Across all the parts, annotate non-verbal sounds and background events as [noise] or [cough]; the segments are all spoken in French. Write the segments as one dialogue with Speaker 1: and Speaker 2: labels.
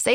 Speaker 1: Say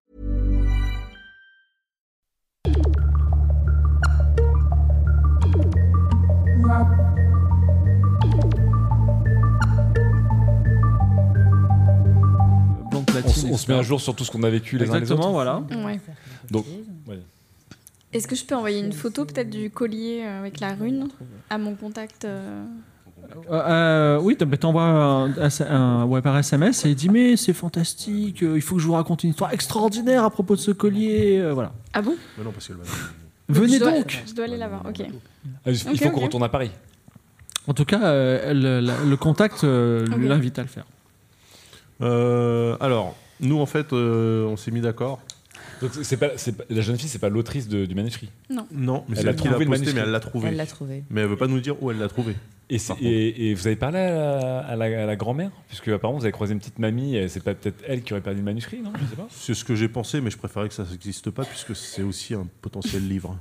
Speaker 2: Bande
Speaker 3: On, se-
Speaker 2: platine,
Speaker 3: on se met à jour sur tout ce qu'on a vécu les uns les
Speaker 2: Exactement,
Speaker 3: autres.
Speaker 2: voilà.
Speaker 4: Ouais.
Speaker 3: Donc,
Speaker 4: Est-ce que je peux envoyer une photo peut-être du collier euh, avec la rune à mon contact euh,
Speaker 2: Euh, euh, oui, t'en- bah, t'envoies un, un- un- ouais, par SMS et il dit Mais c'est fantastique, euh, il faut que je vous raconte une histoire extraordinaire à propos de ce collier. euh, voilà.
Speaker 4: Ah bon
Speaker 5: Mais non, parce que le bateau-
Speaker 2: Venez
Speaker 4: Je dois-
Speaker 2: donc
Speaker 4: Je dois aller la voir, ok.
Speaker 3: Ah, il faut
Speaker 4: Ok,
Speaker 3: qu'on
Speaker 4: ok.
Speaker 3: retourne à Paris.
Speaker 2: En tout cas, euh, le, la- le contact euh,
Speaker 4: Ok.
Speaker 2: l'invite à le faire.
Speaker 5: Euh, alors, nous, en fait, euh, on s'est mis d'accord.
Speaker 3: Donc c'est pas, c'est pas- la jeune fille, c'est pas l'autrice de- du manuscrit.
Speaker 5: Non, mais
Speaker 3: Elle
Speaker 5: c'est
Speaker 3: a
Speaker 5: elle qui l'a
Speaker 3: trouvé le
Speaker 5: posté,
Speaker 3: manuscrit.
Speaker 5: mais elle l'a trouvé.
Speaker 6: Elle l'a trouvé.
Speaker 5: Mais elle veut pas nous dire où elle l'a trouvé.
Speaker 3: Et, c'est-
Speaker 5: Par contre.
Speaker 3: et, et vous avez parlé à la, à la- à la grand-mère Puisque apparemment vous avez croisé une petite mamie, et c'est pas peut-être elle qui aurait perdu le manuscrit, non Je sais pas.
Speaker 5: C'est ce que j'ai pensé, mais je préférais que ça n'existe pas puisque c'est aussi un potentiel livre.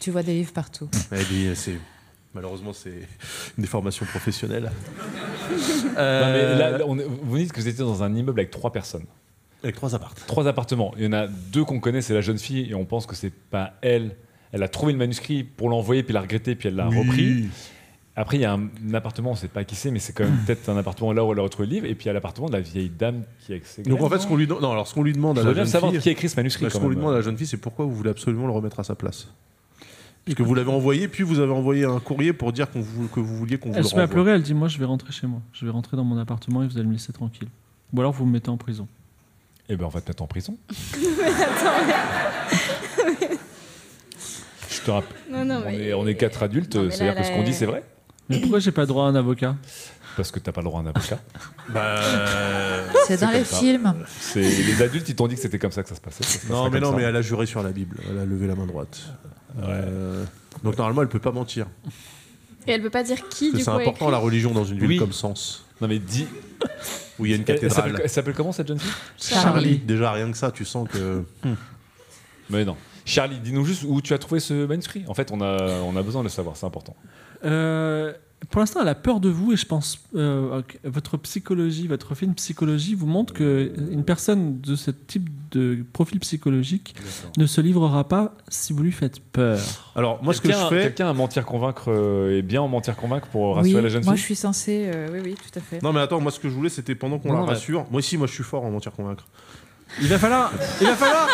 Speaker 6: Tu vois des livres partout.
Speaker 5: Eh bien, c'est malheureusement c'est une déformation professionnelle.
Speaker 3: Non,
Speaker 5: Euh,
Speaker 3: mais là, là, on est- vous dites que vous étiez dans un immeuble avec trois personnes.
Speaker 5: Avec trois appartes.
Speaker 3: Trois appartements. Il y en a deux qu'on connaît, c'est la jeune fille, et on pense que c'est pas elle. Elle a trouvé le manuscrit pour l'envoyer, puis l'a regretté, puis elle l'a
Speaker 5: Oui.
Speaker 3: repris. Après, il y a un, un appartement, on sait pas qui c'est, mais c'est quand même peut-être un appartement là où elle a retrouvé le livre, et puis il y a l'appartement de la vieille dame qui a accès.
Speaker 5: Donc en fait, ce qu'on lui demande, non, alors ce qu'on lui demande à la
Speaker 3: J'aimerais bien
Speaker 5: jeune
Speaker 3: savoir
Speaker 5: fille,
Speaker 3: qui a écrit ce manuscrit.
Speaker 5: bah, ce
Speaker 3: quand
Speaker 5: qu'on lui
Speaker 3: même.
Speaker 5: demande à la jeune fille, c'est pourquoi vous voulez absolument le remettre à sa place. Puisque vous l'avez envoyé, puis vous avez envoyé un courrier pour dire qu'on vous- que vous vouliez qu'on vous
Speaker 2: Elle
Speaker 5: le
Speaker 2: se met à
Speaker 5: renvoie.
Speaker 2: pleurer, elle dit Moi, je vais rentrer chez moi. Je vais rentrer dans mon appartement et vous allez me laisser tranquille. Ou alors vous me mettez en prison.
Speaker 3: Eh ben, on va te mettre en
Speaker 4: [laughs]
Speaker 3: prison. Je te rappelle,
Speaker 4: Non, non,
Speaker 3: on,
Speaker 4: mais-
Speaker 3: est, on est quatre adultes,
Speaker 4: Non, mais là,
Speaker 3: c'est-à-dire que ce
Speaker 4: là,
Speaker 3: qu'on dit,
Speaker 4: elle-
Speaker 3: c'est vrai.
Speaker 2: Mais pourquoi j'ai pas droit à un avocat
Speaker 3: Parce que t'as pas le droit à un avocat.
Speaker 5: Bah,
Speaker 6: C'est dans
Speaker 3: comme
Speaker 6: les
Speaker 3: ça.
Speaker 6: films.
Speaker 3: C'est- les adultes, ils t'ont dit que c'était comme ça que ça se passait. ça se passera
Speaker 5: Non, mais
Speaker 3: comme
Speaker 5: non,
Speaker 3: ça.
Speaker 5: mais elle a juré sur la Bible. Elle a levé la main droite. Euh, donc normalement, elle peut pas mentir.
Speaker 4: Et elle peut pas dire qui
Speaker 5: Parce que
Speaker 4: du coup
Speaker 5: c'est
Speaker 4: a
Speaker 5: important
Speaker 4: écrit.
Speaker 5: la religion dans une ville
Speaker 3: Oui.
Speaker 5: comme Sens,
Speaker 3: Non, mais dis.
Speaker 5: où il
Speaker 2: [laughs]
Speaker 5: y a une
Speaker 3: Elle, elle s'appelle-
Speaker 5: cathédrale.
Speaker 3: elle s'appelle comment cette jeune fille
Speaker 6: Charlie.
Speaker 5: Déjà rien que ça, tu sens que
Speaker 3: Mais non. Charlie, dis-nous juste où tu as trouvé ce manuscrit. En fait, on a, on a besoin de le savoir, c'est important.
Speaker 2: Euh, pour l'instant, elle a peur de vous et je pense euh, que votre psychologie, votre film psychologie vous montre que une personne de ce type de profil psychologique ne se livrera pas si vous lui faites peur.
Speaker 5: Alors, moi, ce que
Speaker 3: Quelqu'un-
Speaker 5: je fais.
Speaker 3: Quelqu'un à mentir-convaincre euh, et bien en mentir-convaincre pour rassurer
Speaker 6: Oui,
Speaker 3: la jeune
Speaker 6: moi, je
Speaker 3: fille
Speaker 6: suis censée. euh, oui, oui, tout à fait.
Speaker 5: Non, mais attends, moi, ce que je voulais, c'était pendant qu'on
Speaker 2: Non,
Speaker 5: la
Speaker 2: non, mais-
Speaker 5: rassure. Moi, si, moi, je suis fort en mentir convaincre.
Speaker 2: Il va falloir, il va falloir,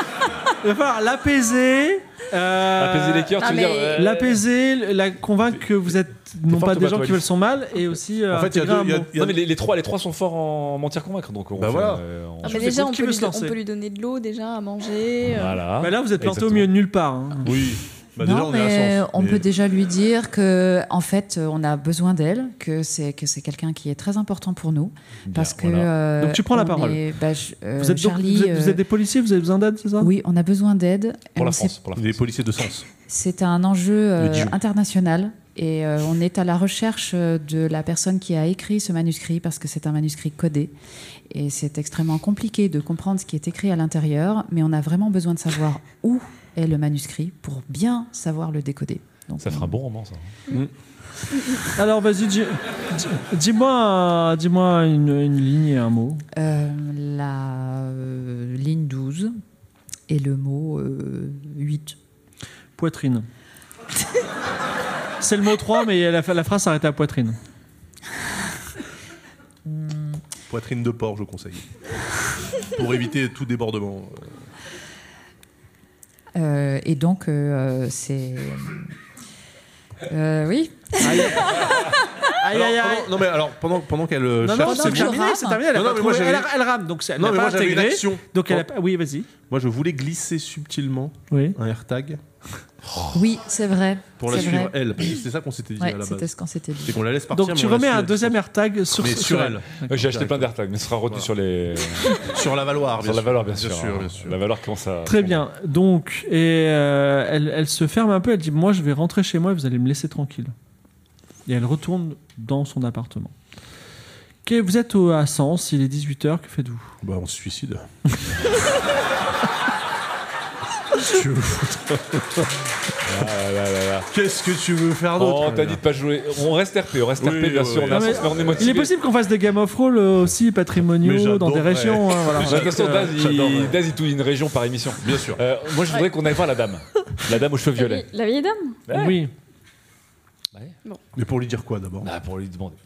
Speaker 2: il va falloir l'apaiser, euh,
Speaker 3: Apaiser les cœurs,
Speaker 6: non,
Speaker 3: tu veux dire.
Speaker 6: Ah, mais-
Speaker 3: euh,
Speaker 2: l'apaiser, la convaincre que vous êtes non
Speaker 3: fort,
Speaker 2: pas des
Speaker 3: Thomas,
Speaker 2: gens
Speaker 3: toi,
Speaker 2: qui veulent son mal et aussi. euh,
Speaker 5: en fait, il y a
Speaker 2: intégrer
Speaker 5: deux.
Speaker 2: un
Speaker 5: il y a-
Speaker 2: mot.
Speaker 5: il y a-
Speaker 3: Non, mais les, les trois, les trois sont forts en mentir-convaincre. Donc, on
Speaker 5: Bah
Speaker 3: fait,
Speaker 5: voilà.
Speaker 3: euh, on-
Speaker 4: Ah,
Speaker 2: Je
Speaker 4: mais
Speaker 2: sais
Speaker 4: déjà,
Speaker 2: pas
Speaker 4: on
Speaker 2: qui
Speaker 4: peut,
Speaker 2: veut
Speaker 4: lui
Speaker 2: se
Speaker 4: do- on
Speaker 2: lancer.
Speaker 4: peut lui donner de l'eau déjà à manger. euh,
Speaker 3: Voilà.
Speaker 2: Bah là, vous êtes planté au
Speaker 3: Exactement.
Speaker 2: milieu de nulle part. hein.
Speaker 5: Oui. Bah,
Speaker 6: non,
Speaker 5: déjà, on est
Speaker 6: mais
Speaker 5: à Sens.
Speaker 6: on
Speaker 5: Mais-
Speaker 6: peut déjà lui dire que, en fait, euh, on a besoin d'elle, que c'est que c'est quelqu'un qui est très important pour nous, parce que.
Speaker 3: voilà.
Speaker 6: euh,
Speaker 2: Donc, tu prends la
Speaker 6: on
Speaker 2: parole.
Speaker 6: est- bah, je- euh,
Speaker 2: Vous êtes, donc-
Speaker 6: Charlie.
Speaker 2: vous êtes- vous
Speaker 6: euh,
Speaker 2: êtes des policiers, vous avez besoin d'aide, c'est ça
Speaker 6: Oui, on a besoin d'aide.
Speaker 3: Pour la
Speaker 6: On sait
Speaker 3: France. Pour la
Speaker 5: Les
Speaker 3: France.
Speaker 5: policiers de Sens.
Speaker 6: C'est un enjeu euh,
Speaker 5: Le Dieu.
Speaker 6: international et euh, on est à la recherche euh, de la personne qui a écrit ce manuscrit parce que c'est un manuscrit codé et c'est extrêmement compliqué de comprendre ce qui est écrit à l'intérieur, mais on a vraiment besoin de savoir où est le manuscrit pour bien savoir le décoder. Donc,
Speaker 3: Ça fera un bon roman, ça.
Speaker 2: Alors vas-y, dis- dis- dis-moi dis moi une, une ligne et un mot.
Speaker 6: euh, la euh, ligne 12 et le mot euh, 8.
Speaker 2: Poitrine. C'est le mot 3, mais la, la phrase s'arrête à poitrine.
Speaker 5: Poitrine de porc, je conseille. Pour éviter tout débordement. Euh,
Speaker 6: Euh, et donc, euh, c'est Euh, oui.
Speaker 2: Aïe, aïe, aïe.
Speaker 5: Alors,
Speaker 2: aïe.
Speaker 5: pendant- non mais alors pendant pendant qu'elle euh,
Speaker 2: Non, non,
Speaker 5: cherche,
Speaker 2: c'est
Speaker 5: c'est
Speaker 6: que je
Speaker 2: terminé,
Speaker 6: rame.
Speaker 2: c'est terminé. Elle, a
Speaker 5: Non,
Speaker 2: pas
Speaker 5: non, mais moi,
Speaker 2: trouvé- elle,
Speaker 5: j'avais-
Speaker 2: a- elle rame, donc c'est- elle
Speaker 5: Non,
Speaker 2: n'a
Speaker 5: mais
Speaker 2: pas
Speaker 5: moi j'avais une
Speaker 2: intégré.
Speaker 5: action.
Speaker 2: Donc elle a pas- Oui, vas-y.
Speaker 5: Moi je voulais glisser subtilement
Speaker 2: Oui.
Speaker 5: un AirTag
Speaker 6: Oui, c'est vrai.
Speaker 5: pour la
Speaker 6: C'est
Speaker 5: suivre
Speaker 6: vrai.
Speaker 5: elle. parce que C'est ça qu'on s'était dit
Speaker 6: Ouais,
Speaker 5: à la
Speaker 6: c'était
Speaker 5: base.
Speaker 6: ce qu'on s'était dit.
Speaker 5: C'est qu'on la laisse partir.
Speaker 2: Donc
Speaker 5: mais
Speaker 2: tu
Speaker 5: on la
Speaker 2: remets
Speaker 5: suit,
Speaker 2: un
Speaker 5: elle.
Speaker 2: deuxième AirTag sur,
Speaker 5: mais sur elle,
Speaker 3: J'ai acheté plein d'airtags, mais ce sera retenu
Speaker 5: Voilà.
Speaker 3: sur les.
Speaker 5: [laughs] sur la Valoir, bien
Speaker 3: sur la
Speaker 5: sûr.
Speaker 3: valeur, bien sûr.
Speaker 5: sûr,
Speaker 3: hein.
Speaker 5: bien sûr.
Speaker 3: La valeur commence à.
Speaker 2: Très bien. Donc, et euh, elle, elle se ferme un peu. Elle dit Moi, je vais rentrer chez moi et vous allez me laisser tranquille. Et elle retourne dans son appartement. Ok, vous êtes au, à Sens, il est 18h, que faites-vous
Speaker 5: Bah on se suicide. Qu'est-ce que tu veux foutre
Speaker 3: Ah là là là.
Speaker 5: Qu'est-ce que tu veux faire d'autre
Speaker 3: Oh, t'as dit de pas jouer. On reste RP, on reste
Speaker 5: Oui,
Speaker 3: RP, bien
Speaker 5: oui,
Speaker 3: sûr.
Speaker 5: oui.
Speaker 3: on,
Speaker 5: Non,
Speaker 3: est
Speaker 2: mais-
Speaker 3: on est
Speaker 2: Il
Speaker 3: motivé.
Speaker 2: est possible qu'on fasse des game of roll euh, aussi
Speaker 5: Mais
Speaker 2: patrimoniaux dans des
Speaker 5: j'adorerais.
Speaker 2: régions. hein, voilà.
Speaker 3: De toute façon, Daz, il-
Speaker 5: J'adorerais.
Speaker 3: Daz, il touille une région par émission.
Speaker 5: Bien sûr.
Speaker 3: Euh, moi, je voudrais qu'on aille voir la dame. La dame aux cheveux
Speaker 4: La
Speaker 3: violets.
Speaker 4: vieille- La vieille dame
Speaker 3: Ouais.
Speaker 2: euh, Oui.
Speaker 5: Mais pour lui dire quoi d'abord
Speaker 3: Ah, pour lui demander.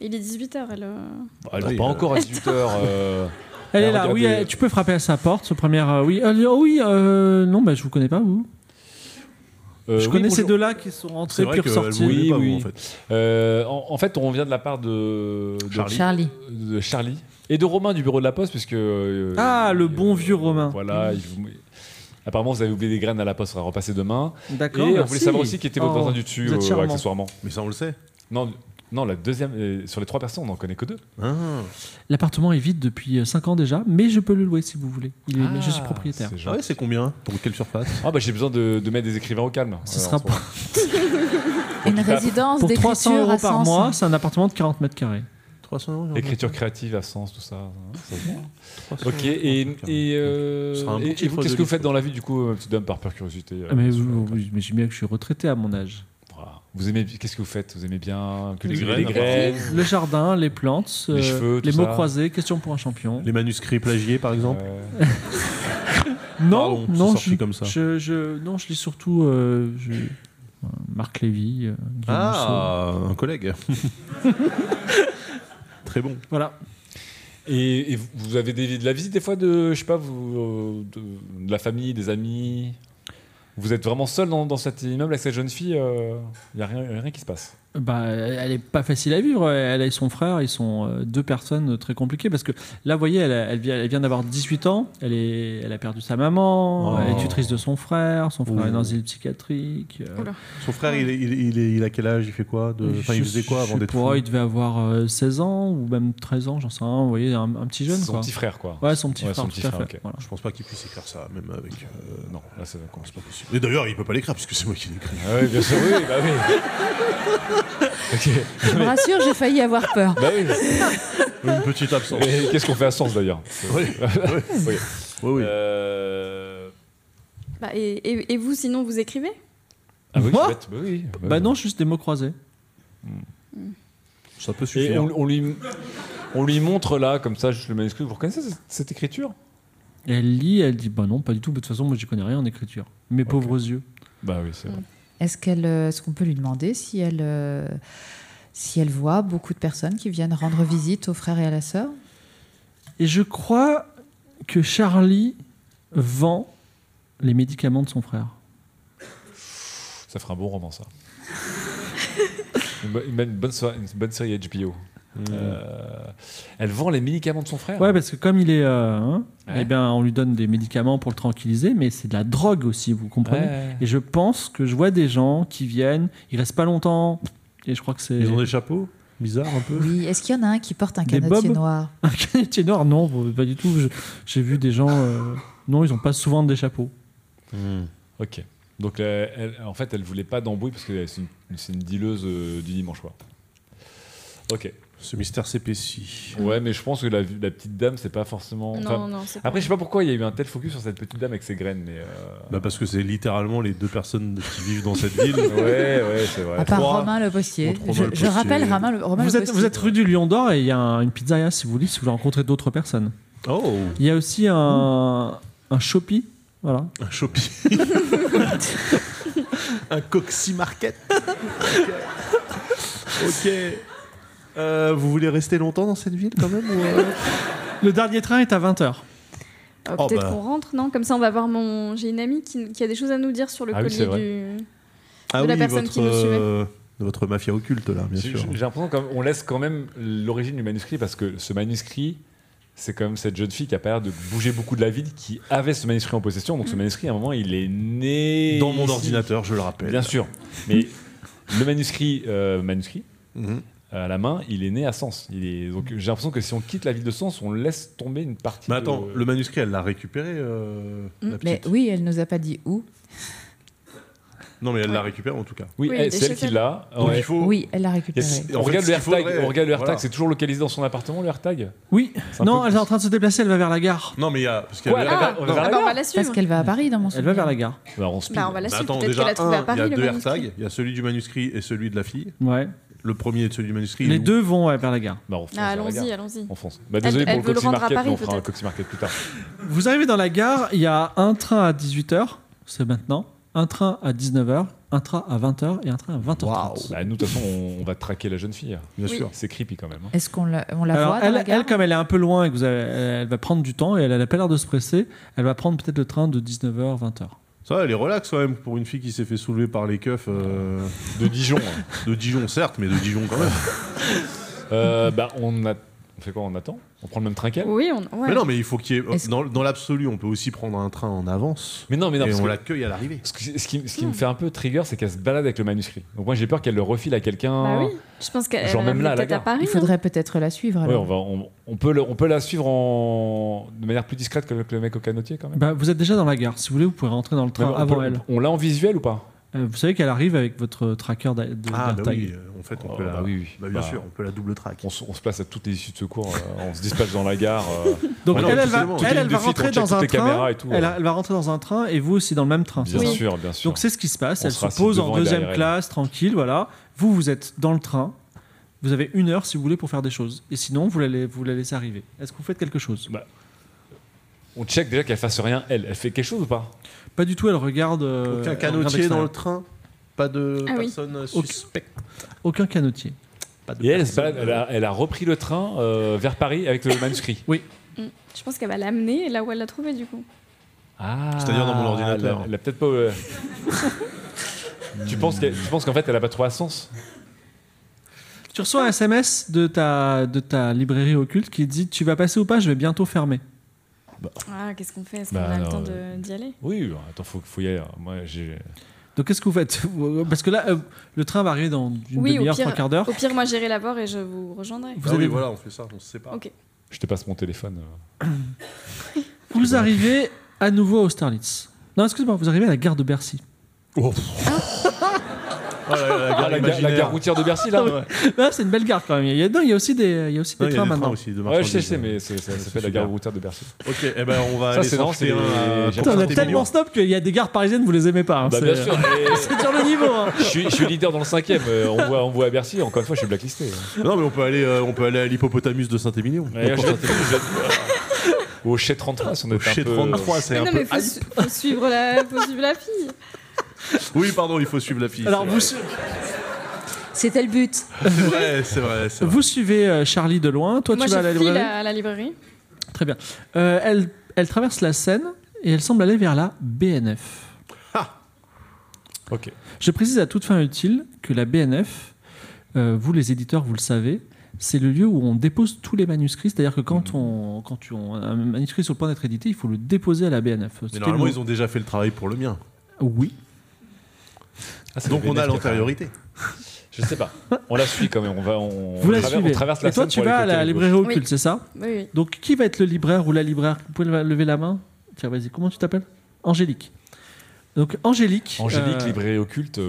Speaker 4: Il est 18h, elle. euh,
Speaker 3: Bah, elle
Speaker 5: Oui,
Speaker 3: dort pas
Speaker 5: euh,
Speaker 3: encore à euh, 18h.
Speaker 2: Elle
Speaker 3: [laughs] Elle
Speaker 2: est là,
Speaker 3: regarde
Speaker 2: oui,
Speaker 3: des-
Speaker 2: elle- tu peux frapper à sa porte, ce premier. euh, oui, Elle dit, oh oui, euh, non, bah, je vous connais pas, vous.
Speaker 3: euh,
Speaker 2: je connais ces deux-là qui sont rentrés puis
Speaker 5: que
Speaker 2: ressortis.
Speaker 3: oui,
Speaker 5: oui, pas,
Speaker 3: oui.
Speaker 5: vous, en fait.
Speaker 3: Euh, en, en fait, on vient de la part de, de-
Speaker 5: Charlie.
Speaker 6: Charlie.
Speaker 3: de Charlie et de Romain du bureau de la Poste, puisque euh,
Speaker 2: Ah, le
Speaker 3: euh,
Speaker 2: bon vieux Romain.
Speaker 3: Voilà. il vous- Apparemment, vous avez oublié des graines à la Poste, on va repasser demain. Et
Speaker 2: D'accord.
Speaker 3: on
Speaker 2: merci.
Speaker 3: voulait savoir aussi qui était votre
Speaker 2: Oh,
Speaker 3: voisin du dessus,
Speaker 2: vous êtes
Speaker 3: euh,
Speaker 2: charmant.
Speaker 3: accessoirement.
Speaker 5: Mais ça on le sait.
Speaker 3: Non, non, la deuxième euh, sur les trois personnes, on n'en connaît que deux.
Speaker 5: Hein
Speaker 2: L'appartement est vide depuis 5 ans déjà, mais je peux le louer si vous voulez. Il est,
Speaker 3: Ah,
Speaker 2: je suis propriétaire.
Speaker 3: c'est
Speaker 5: Ah
Speaker 3: gentil.
Speaker 5: ouais, c'est combien Pour quelle surface
Speaker 3: Ah bah j'ai besoin de, de mettre des écrivains au calme.
Speaker 2: Ce
Speaker 3: Alors,
Speaker 2: sera
Speaker 3: en ce
Speaker 2: pas-
Speaker 3: moment.
Speaker 6: Une
Speaker 3: tape.
Speaker 6: résidence
Speaker 2: Pour 300
Speaker 6: d'écriture
Speaker 2: euros
Speaker 6: à
Speaker 2: par
Speaker 6: Sens.
Speaker 2: mois, c'est un appartement de 40 mètres carrés.
Speaker 5: 300 euros.
Speaker 3: Écriture créative, à sens, tout ça. hein, ça se voit.
Speaker 5: 300
Speaker 3: Ok,
Speaker 5: euros,
Speaker 3: et,
Speaker 5: un truc,
Speaker 3: et, euh,
Speaker 5: Ce sera un bon
Speaker 3: et- et
Speaker 5: titre
Speaker 3: vous, qu'est-ce
Speaker 5: de
Speaker 3: que vous
Speaker 5: livre,
Speaker 3: faites
Speaker 5: ça.
Speaker 3: dans la vie, du coup, euh, petite dame, par pure curiosité euh,
Speaker 2: mais
Speaker 3: sur-
Speaker 2: vous, oui, j'imagine bien que je suis retraité à mon
Speaker 3: [laughs]
Speaker 2: âge.
Speaker 3: Voilà. Vous aimez, qu'est-ce que vous faites Vous aimez bien que
Speaker 5: Les
Speaker 3: les,
Speaker 5: graines,
Speaker 3: les graines euh,
Speaker 2: Le jardin, les plantes, euh,
Speaker 3: Les cheveux, tout
Speaker 2: les mots
Speaker 3: ça.
Speaker 2: croisés, question pour un champion.
Speaker 5: Les manuscrits plagiés, par exemple.
Speaker 3: euh,
Speaker 2: Non,
Speaker 5: Pardon, c'est
Speaker 2: non,
Speaker 5: sorti
Speaker 2: je,
Speaker 5: comme ça.
Speaker 2: Je, je- non, je lis surtout euh, je- euh, Marc Lévy. euh, Guillaume Musso.
Speaker 5: Ah,
Speaker 3: [laughs]
Speaker 5: un collègue. Très bon.
Speaker 2: Voilà.
Speaker 3: Et, et vous- vous avez des, de la visite des fois de, je sais pas, vous, euh, de, de la famille, des amis Vous êtes vraiment seul dans, dans cet immeuble avec cette jeune fille Il n'y a rien, rien qui se passe.
Speaker 2: Bah, elle est pas facile à vivre. Elle et son frère, ils sont euh, deux personnes très compliquées parce que là, vous voyez, elle, a- elle vient, elle vient d'avoir 18 ans. Elle, est, elle a perdu sa maman.
Speaker 5: Oh.
Speaker 2: Elle est tutrice de son frère. Son frère
Speaker 5: Ouh.
Speaker 2: est dans une psychiatrique. euh,
Speaker 4: Oula.
Speaker 5: Son frère, il, est- il, est- il est- il a quel âge Il fait quoi de... Enfin, il
Speaker 2: je-
Speaker 5: faisait quoi
Speaker 2: je
Speaker 5: avant
Speaker 2: sais
Speaker 5: d'être
Speaker 2: pas,
Speaker 5: fou
Speaker 2: Il devait avoir euh, 16 ans ou même 13 ans, j'en sais rien. Vous voyez, un, un petit jeune
Speaker 3: Son
Speaker 2: quoi.
Speaker 3: petit frère, quoi.
Speaker 2: Ouais, son petit
Speaker 3: Ouais,
Speaker 2: frère.
Speaker 3: son petit
Speaker 2: tout à
Speaker 3: frère,
Speaker 2: fait,
Speaker 3: ok.
Speaker 2: voilà.
Speaker 5: Je pense pas qu'il puisse écrire ça, même avec. euh,
Speaker 3: Euh, Non, là, c'est d'accord.
Speaker 5: C'est pas possible. Et d'ailleurs, il peut pas l'écrire parce que c'est moi qui l'écris.
Speaker 3: Ah oui, bien sûr, oui, bah oui.
Speaker 2: [laughs]
Speaker 3: Ok.
Speaker 6: Je me rassure, j'ai failli avoir peur.
Speaker 3: Bah oui.
Speaker 5: [laughs] Une petite absence.
Speaker 3: Et Qu'est-ce qu'on fait à Sens d'ailleurs
Speaker 5: oui,
Speaker 3: Oui.
Speaker 5: oui, oui.
Speaker 3: Euh,
Speaker 4: Bah, et, et- et vous, sinon, vous écrivez
Speaker 3: Ah oui,
Speaker 2: Moi
Speaker 3: c'est bête, bah oui.
Speaker 2: Bah non, juste des mots croisés.
Speaker 5: Ça peut
Speaker 3: Et
Speaker 5: suffire.
Speaker 3: on, on lui, on lui montre là, comme ça, juste le manuscrit. Vous reconnaissez cette, cette écriture
Speaker 2: Et elle lit, elle dit Bah non, pas du tout. mais De toute façon, moi, j'y connais rien en écriture. Mes pauvres yeux.
Speaker 3: Bah oui, c'est
Speaker 4: vrai.
Speaker 6: Est-ce qu'elle, euh, est-ce qu'on peut lui demander si elle, euh, si elle voit beaucoup de personnes qui viennent rendre visite aux frères et à la sœur
Speaker 2: Et je crois que Charlie vend les médicaments de son frère.
Speaker 3: Ça ferait un bon roman, ça. une, bo- une bonne soirée- une bonne série HBO. Euh, elle vend les médicaments de son frère.
Speaker 2: Mm. Ouais, parce que comme il est. euh, hein,
Speaker 3: Ah. Ouais.
Speaker 2: eh bien, on lui donne des médicaments pour le tranquilliser, mais c'est de la drogue aussi, vous
Speaker 3: Ouais,
Speaker 2: comprenez
Speaker 3: ouais.
Speaker 2: Et je pense que je vois des gens qui viennent, ils restent pas longtemps, et je crois que c'est.
Speaker 5: Ils ont des chapeaux Bizarre un peu.
Speaker 6: Oui. Est-ce qu'il y en a un qui porte un
Speaker 2: Des
Speaker 6: canotier
Speaker 2: bobs
Speaker 6: noir
Speaker 2: [laughs] Un canetier noir Non, pas du tout. Je- J'ai vu des gens. euh, Non, ils ont pas souvent des chapeaux.
Speaker 5: Hmm.
Speaker 3: Ok. Donc, euh, elle- en fait, elle voulait pas d'embrouille parce que c'est une, c'est une dealeuse euh, du dimanche soir. Ok.
Speaker 5: Ce mystère s'épaissit.
Speaker 3: Ouais, mais je pense que la, la petite dame, c'est pas forcément. enfin,
Speaker 4: Non, non, c'est pas.
Speaker 3: Après, je sais pas pourquoi il y a eu un tel focus sur cette petite dame avec ses graines, mais. euh,
Speaker 5: Bah parce que c'est littéralement les deux personnes qui vivent dans cette ville.
Speaker 3: [laughs] Ouais, ouais, c'est vrai.
Speaker 6: À part
Speaker 5: trois.
Speaker 6: Romain Le Postier.
Speaker 5: Entre
Speaker 6: Je,
Speaker 5: Romain Le
Speaker 6: je
Speaker 5: Postier.
Speaker 6: rappelle Romain Le, Romain
Speaker 2: Vous
Speaker 6: Le
Speaker 2: êtes,
Speaker 6: Postier.
Speaker 2: vous êtes rue du Lion d'Or et il y a un- une pizzeria si vous voulez, si vous voulez rencontrer d'autres personnes.
Speaker 5: [laughs] Oh
Speaker 2: Il y a aussi un, un Shopee. Voilà.
Speaker 5: Un shopping. [laughs] un coxy market. [laughs] ok. Euh, vous voulez rester longtemps dans cette ville quand même ou, euh
Speaker 2: Le dernier train est à 20h.
Speaker 4: Euh,
Speaker 5: Oh,
Speaker 4: Peut-être
Speaker 5: bah.
Speaker 4: qu'on rentre, non Comme ça, on va voir mon. J'ai une amie qui, qui a des choses à nous dire sur le
Speaker 3: Ah oui, c'est
Speaker 4: collier du.
Speaker 5: Ah
Speaker 4: De la
Speaker 5: oui,
Speaker 4: personne
Speaker 5: votre,
Speaker 4: qui nous suivait.
Speaker 5: euh, votre mafia occulte, là, bien
Speaker 3: J'ai
Speaker 5: sûr.
Speaker 3: j'ai l'impression qu'on laisse quand même l'origine du manuscrit parce que ce manuscrit, c'est quand même cette jeune fille qui a pas l'air de bouger beaucoup de la ville, qui avait ce manuscrit en possession. Donc ce manuscrit, à un moment, il est né
Speaker 5: Dans mon
Speaker 3: ici.
Speaker 5: ordinateur, je le rappelle.
Speaker 3: Bien sûr. Mais le manuscrit, euh, manuscrit
Speaker 5: Mhm.
Speaker 3: à la main, il est né à Sens. Il est... Donc j'ai l'impression que si on quitte la ville de Sens, on laisse tomber une partie.
Speaker 5: Mm. Mais attends,
Speaker 3: de-
Speaker 5: le manuscrit, elle l'a récupéré, euh,
Speaker 4: Mm,
Speaker 5: la
Speaker 6: Mais
Speaker 5: petite
Speaker 6: oui, elle nous a pas dit où.
Speaker 5: Non, mais elle l'a récupéré, en tout cas.
Speaker 3: Oui,
Speaker 4: Oui,
Speaker 3: elle-
Speaker 4: des
Speaker 3: c'est elle qui
Speaker 4: chaussettes.
Speaker 3: l'a.
Speaker 5: Donc
Speaker 3: Ouais.
Speaker 5: il faut...
Speaker 6: Oui, elle l'a
Speaker 3: Il y
Speaker 6: récupéré.
Speaker 3: a-
Speaker 5: Et en
Speaker 3: On
Speaker 5: fait,
Speaker 3: regarde
Speaker 5: ce
Speaker 3: le
Speaker 5: qu'il
Speaker 3: AirTag,
Speaker 5: faudrait-
Speaker 3: on regarde le AirTag,
Speaker 5: voilà.
Speaker 3: c'est toujours localisé dans son appartement le AirTag
Speaker 2: Oui.
Speaker 3: C'est un
Speaker 2: Non, elle
Speaker 3: peu
Speaker 2: est
Speaker 3: plus-
Speaker 2: en train de se déplacer, elle va vers la gare.
Speaker 5: Non, mais il y a... Parce qu'il y
Speaker 3: Quoi,
Speaker 5: a-
Speaker 3: elle va-
Speaker 4: Ah,
Speaker 3: on
Speaker 5: non.
Speaker 3: va vers la
Speaker 4: Ah bah, on
Speaker 3: gare
Speaker 4: va la
Speaker 6: Parce
Speaker 4: suivre.
Speaker 6: qu'elle va à Paris dans mon
Speaker 2: Elle
Speaker 6: souvenir.
Speaker 2: va vers la gare.
Speaker 3: Bah, on speed.
Speaker 4: Bah, on va la
Speaker 5: Bah
Speaker 4: suivre.
Speaker 5: attends,
Speaker 4: Peut-être
Speaker 5: déjà,
Speaker 4: qu'elle a trouvé
Speaker 5: un,
Speaker 4: à Paris
Speaker 5: il y a
Speaker 4: le
Speaker 5: deux
Speaker 4: manuscrit.
Speaker 5: AirTags, il y a celui du manuscrit et celui de la fille.
Speaker 2: Ouais.
Speaker 5: Le premier est celui du manuscrit.
Speaker 2: Les
Speaker 5: nous-
Speaker 2: deux vont ouais, vers la gare.
Speaker 3: Bah, on fonce
Speaker 4: Ah,
Speaker 3: vers la gare.
Speaker 4: allons-y, allons-y.
Speaker 3: En France. Bah, désolé
Speaker 4: Elle- elle
Speaker 3: pour
Speaker 4: veut
Speaker 3: le
Speaker 4: le
Speaker 3: Coxy
Speaker 4: rendre à
Speaker 3: Market,
Speaker 4: Paris,
Speaker 3: mais on fera un
Speaker 4: peut-être.
Speaker 3: Coxy Market plus tard.
Speaker 2: Vous arrivez dans la gare, il y a un train à 18h, c'est maintenant, un train à 19h, un train à 20h et un train à 20h30.
Speaker 3: Bah, nous, de toute façon, on, on va traquer la jeune fille.
Speaker 5: Bien
Speaker 4: Oui.
Speaker 5: sûr.
Speaker 3: C'est creepy quand même. hein.
Speaker 6: Est-ce qu'on la, on la
Speaker 2: Alors,
Speaker 6: voit dans
Speaker 2: elle,
Speaker 6: la gare
Speaker 2: elle, comme elle est un peu loin et que vous avez- elle va prendre du temps et elle n'a pas l'air de se presser, elle va prendre peut-être le train de 19h, 20h.
Speaker 5: Ça va, elle est relax quand même pour une fille qui s'est fait soulever par les keufs euh,
Speaker 3: De Dijon. hein.
Speaker 5: de Dijon, certes, mais de Dijon quand même.
Speaker 3: Euh, bah, on, a- on fait quoi On attend On prend le même train qu'elle
Speaker 4: Oui, on... ouais.
Speaker 5: Mais non, mais il faut qu'il y ait.
Speaker 6: Est-ce-
Speaker 5: Dans, dans l'absolu, on peut aussi prendre un train en avance.
Speaker 3: Mais non, mais non.
Speaker 5: et
Speaker 3: parce
Speaker 5: on
Speaker 3: que-
Speaker 5: l'accueille à l'arrivée.
Speaker 3: ce qui, ce qui- ce
Speaker 4: Hmm.
Speaker 3: qui me fait un peu trigger, c'est qu'elle se balade avec le manuscrit. Donc moi, j'ai peur qu'elle le refile à quelqu'un.
Speaker 4: Bah oui, je pense qu'elle
Speaker 3: Genre
Speaker 4: elle
Speaker 3: même
Speaker 4: habite
Speaker 3: là, à la
Speaker 4: peut-être à
Speaker 3: gare.
Speaker 4: Paris.
Speaker 6: Il faudrait peut-être la suivre.
Speaker 3: Ouais,
Speaker 6: alors.
Speaker 3: on, va, on, on peut le- on peut la suivre en... de manière plus discrète que le, que le mec au canotier quand même.
Speaker 2: Bah, vous êtes déjà dans la gare, si vous voulez, vous pouvez rentrer dans le train
Speaker 3: Même, Bah, on
Speaker 2: Bah, avant
Speaker 3: peut-
Speaker 2: elle.
Speaker 3: On l'a en visuel ou pas
Speaker 2: Euh, vous savez qu'elle arrive avec votre tracker d'a- de
Speaker 5: Ah, bah
Speaker 2: d'AirTag.
Speaker 5: oui, euh, en fait, on
Speaker 3: Oh,
Speaker 5: peut la.
Speaker 3: bah oui, oui.
Speaker 5: Bah, bien
Speaker 3: Bah,
Speaker 5: sûr, on peut la double track.
Speaker 3: On se, on se place à toutes les issues de secours, euh, on se dispatche dans la gare.
Speaker 2: [laughs]
Speaker 3: euh,
Speaker 2: Donc
Speaker 5: Ah non,
Speaker 2: elle, elle va,
Speaker 5: forcément.
Speaker 2: elle,
Speaker 3: Toutes les
Speaker 2: elle
Speaker 3: lignes
Speaker 2: va
Speaker 3: de fuite, on
Speaker 2: rentrer
Speaker 3: check
Speaker 2: dans
Speaker 3: toutes
Speaker 2: un
Speaker 3: les
Speaker 2: train.
Speaker 3: caméras et tout,
Speaker 2: elle,
Speaker 3: ouais.
Speaker 2: elle va rentrer dans un train et vous aussi dans le même train. c'est
Speaker 3: bien
Speaker 2: ça
Speaker 4: Oui.
Speaker 3: sûr, bien sûr.
Speaker 2: Donc c'est ce qui se passe.
Speaker 3: On
Speaker 2: elle
Speaker 3: sera
Speaker 2: se
Speaker 3: assis
Speaker 2: pose
Speaker 3: devant
Speaker 2: en
Speaker 3: et
Speaker 2: deuxième
Speaker 3: derrière elle.
Speaker 2: classe, tranquille, voilà. Vous, vous êtes dans le train. Vous avez une heure si vous voulez pour faire des choses. Et sinon, vous la, la- vous la laissez arriver. Est-ce que vous faites quelque chose
Speaker 3: On check déjà qu'elle fasse rien, elle. Elle fait quelque chose ou pas
Speaker 2: Pas du tout, elle regarde. euh,
Speaker 5: Aucun
Speaker 2: elle regarde
Speaker 5: canotier
Speaker 2: l'extérieur.
Speaker 5: dans le train Pas de
Speaker 4: Ah oui.
Speaker 5: personne euh,
Speaker 2: Aucun-
Speaker 5: suspecte
Speaker 2: Aucun canotier.
Speaker 5: pas de
Speaker 3: Et elle, elle se
Speaker 5: personne,
Speaker 3: balade, elle, a, elle a repris le train euh, vers Paris avec le
Speaker 2: [laughs]
Speaker 3: manuscrit.
Speaker 4: Mm. Je pense qu'elle va l'amener là où elle l'a trouvé du coup.
Speaker 3: Ah,
Speaker 5: C'est-à-dire dans mon ordinateur.
Speaker 3: Elle, a- elle a peut-être pas. euh, tu penses qu'elle- tu penses qu'en fait elle a pas trouvé à sens
Speaker 2: Tu reçois un SMS de ta, de ta librairie occulte qui dit Tu vas passer ou pas Je vais bientôt fermer.
Speaker 4: Ah, qu'est-ce qu'on fait Est-ce qu'on
Speaker 3: Bah,
Speaker 4: a le
Speaker 3: alors,
Speaker 4: temps de-
Speaker 3: euh,
Speaker 4: d'y aller
Speaker 3: Oui, bah, attends, faut, faut y aller. Moi, j'ai.
Speaker 2: Donc qu'est-ce que vous faites [laughs] Parce que là, euh, le train va arriver dans une
Speaker 4: Oui, au
Speaker 2: demi-heure,
Speaker 4: pire,
Speaker 2: trois quarts d'heure.
Speaker 4: Au pire, moi j'irai la voir et je vous rejoindrai.
Speaker 2: Vous
Speaker 5: Ah oui,
Speaker 2: avez-
Speaker 5: voilà, on fait ça, on se sépare.
Speaker 4: Ok.
Speaker 3: Je te passe mon téléphone. euh.
Speaker 2: Vous arrivez à nouveau à Austerlitz. Non, excuse-moi, vous arrivez à la gare de Bercy. [laughs]
Speaker 5: Ah, la, la gare
Speaker 3: Ah, la, ga-
Speaker 5: imaginaire.
Speaker 3: la gare routière de Bercy, là
Speaker 5: Ouais.
Speaker 3: Ouais,
Speaker 2: Là, Ah, c'est une belle gare quand même. Il y a, non, il y a aussi des, il y a aussi
Speaker 5: Non,
Speaker 2: des
Speaker 5: il y
Speaker 2: trains
Speaker 5: a des trains
Speaker 2: maintenant.
Speaker 5: aussi de
Speaker 3: je sais, je sais,
Speaker 5: marchandises.
Speaker 3: mais c'est- ça
Speaker 5: Ouais,
Speaker 3: s'appelle
Speaker 5: c'est
Speaker 3: la gare
Speaker 5: super.
Speaker 3: routière de Bercy.
Speaker 5: Ok, eh ben on va
Speaker 3: Ça,
Speaker 5: aller
Speaker 3: c'est non,
Speaker 5: s'en
Speaker 3: c'est
Speaker 5: un
Speaker 3: les-
Speaker 5: à-
Speaker 3: j'ai
Speaker 2: Putain, on
Speaker 5: Constantin
Speaker 2: est tellement
Speaker 5: Million.
Speaker 2: snob qu'il y a des gares parisiennes, vous les aimez pas. hein.
Speaker 3: Bah,
Speaker 2: C'est-
Speaker 3: bien sûr, mais-
Speaker 2: C'est sur le niveau.
Speaker 5: [laughs]
Speaker 2: hein.
Speaker 3: je, suis, je suis leader dans le cinquième. euh, on, voit, on voit à Bercy, encore une fois, je suis blacklisté. hein.
Speaker 5: Non, mais on peut aller, euh, on peut aller à l'hippopotamus de Saint-Émilion.
Speaker 3: Ouais, je vais- je vais- Au chez 33, si on
Speaker 5: Au
Speaker 3: était un
Speaker 5: chez
Speaker 3: peu-
Speaker 5: 33, c'est
Speaker 4: Mais
Speaker 5: un
Speaker 4: Ah, non,
Speaker 5: peu.
Speaker 4: mais faut, su- faut suivre la, faut suivre la fille.
Speaker 5: Oui, pardon, il faut suivre la fille.
Speaker 2: Alors vous,
Speaker 5: c'est
Speaker 2: su-
Speaker 6: C'était le but.
Speaker 5: vrai. Ouais, c'est vrai, c'est vrai.
Speaker 2: vous suivez euh, Charlie de loin. Toi,
Speaker 4: moi
Speaker 2: tu
Speaker 4: je
Speaker 2: vas à la
Speaker 4: file
Speaker 2: librairie.
Speaker 4: à, à la librairie.
Speaker 2: Très bien. Euh, elle, elle traverse la Seine et elle semble aller vers la BNF.
Speaker 3: Ok.
Speaker 2: Je précise à toute fin utile que la BNF, euh, vous les éditeurs, vous le savez, c'est le lieu où on dépose tous les manuscrits. C'est-à-dire que
Speaker 3: Mm-hmm.
Speaker 2: quand, on, quand tu- on- un manuscrit est sur le point d'être édité, il faut le déposer à la BNF.
Speaker 5: Mais normalement, ils ont déjà fait le travail pour le mien.
Speaker 2: Oui.
Speaker 3: Ah, c'est
Speaker 5: Donc
Speaker 3: le
Speaker 5: on a
Speaker 3: VNF qui fait
Speaker 5: l'antériorité.
Speaker 3: Je sais pas. On la suit quand même. On va. On,
Speaker 2: Vous
Speaker 3: on
Speaker 2: la
Speaker 3: traverse-
Speaker 2: suivez.
Speaker 3: on traverse la
Speaker 2: et toi,
Speaker 3: Seine
Speaker 2: tu
Speaker 3: pour
Speaker 2: vas
Speaker 3: aller
Speaker 2: à
Speaker 3: côté
Speaker 2: la
Speaker 3: gauche.
Speaker 2: librairie
Speaker 4: Oui.
Speaker 2: occulte, c'est ça
Speaker 4: Oui, oui.
Speaker 2: Donc, qui va être le libraire ou la libraire Vous pouvez le- lever la main Tiens, vas-y, comment tu t'appelles Angélique. Donc, Angélique.
Speaker 3: Angélique,
Speaker 2: euh,
Speaker 3: librairie
Speaker 2: [laughs]
Speaker 3: occulte. euh,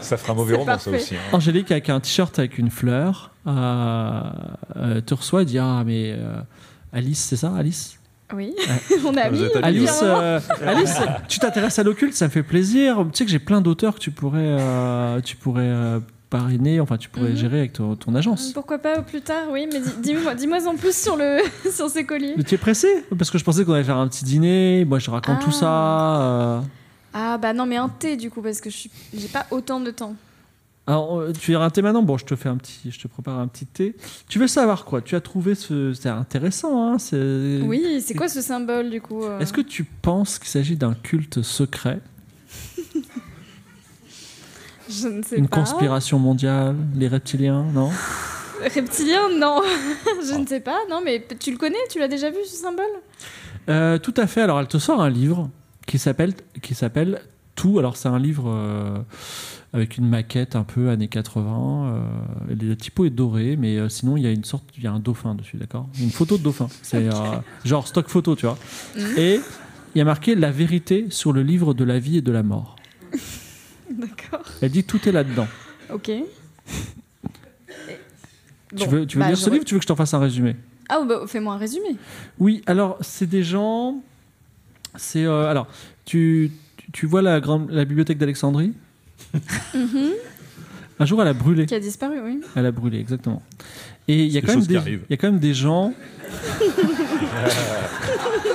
Speaker 3: ça fera un mauvais
Speaker 4: C'est
Speaker 3: roman,
Speaker 4: parfait.
Speaker 3: ça aussi. hein.
Speaker 2: Angélique avec un t-shirt avec une fleur euh, euh, te reçoit et dit Ah, mais euh, Alice, c'est ça Alice
Speaker 4: Oui. [laughs] on est amis.
Speaker 5: Vous êtes amis,
Speaker 4: depuis un
Speaker 2: Alice,
Speaker 4: moment.
Speaker 2: euh, Alice tu t'intéresses à l'occulte, ça me fait plaisir. Tu sais que j'ai plein d'auteurs que tu pourrais, euh, tu pourrais euh, parrainer, enfin, tu pourrais
Speaker 4: Mhm.
Speaker 2: gérer avec ton, ton agence.
Speaker 4: Pourquoi pas au plus tard, oui, mais di- dis-moi dis-moi en plus sur, le, [laughs] sur ces colliers.
Speaker 2: Mais tu es pressé Parce que je pensais qu'on allait faire un petit dîner, moi je raconte
Speaker 4: Ah.
Speaker 2: tout ça. euh.
Speaker 4: Ah bah non, mais un thé du coup, parce que je suis- j'ai pas autant de temps.
Speaker 2: Alors, euh, tu veux un thé maintenant Bon, je te fais un petit, je te prépare un petit thé. Tu veux savoir quoi Tu as trouvé ce, c'est intéressant. Hein, c'est-
Speaker 4: Oui, c'est quoi ce symbole du coup euh
Speaker 2: Est-ce que tu penses qu'il s'agit d'un culte secret
Speaker 4: Je ne sais
Speaker 2: Une
Speaker 4: pas.
Speaker 2: conspiration mondiale, les reptiliens, non
Speaker 4: Reptilien, non. [laughs] je
Speaker 2: Ah.
Speaker 4: ne sais pas, non, mais tu le connais Tu l'as déjà vu, ce symbole
Speaker 2: Euh, Tout à fait. Alors, elle te sort un livre qui s'appelle qui s'appelle Tout. Alors, c'est un livre euh, avec une maquette un peu années 80. euh, et le typo est doré, mais euh, sinon, il y a une sorte, il y a un dauphin dessus, d'accord Une photo de dauphin. C'est euh, genre stock photo, tu vois.
Speaker 4: Mhm.
Speaker 2: Et il y a marqué la vérité sur le livre de la vie et de la mort.
Speaker 4: [laughs] D'accord.
Speaker 2: Elle dit tout est là-dedans.
Speaker 4: Ok. Et-
Speaker 2: tu
Speaker 4: Bon,
Speaker 2: veux, tu veux
Speaker 4: bah,
Speaker 2: lire
Speaker 4: je
Speaker 2: ce
Speaker 4: re-
Speaker 2: livre ou Tu veux que je t'en fasse un résumé
Speaker 4: Ah, bah, fais-moi un résumé.
Speaker 2: Oui, alors c'est des gens. C'est euh, alors tu, tu- tu vois la grande la bibliothèque d'Alexandrie. Mm-hmm.
Speaker 4: Mhm.
Speaker 2: Un jour, elle a brûlé.
Speaker 4: Qui a disparu, oui.
Speaker 2: Elle a brûlé, exactement. Et il y a
Speaker 5: C'est des
Speaker 2: quand même
Speaker 5: choses qui
Speaker 2: des
Speaker 5: arrivent.
Speaker 2: il y a quand même des gens.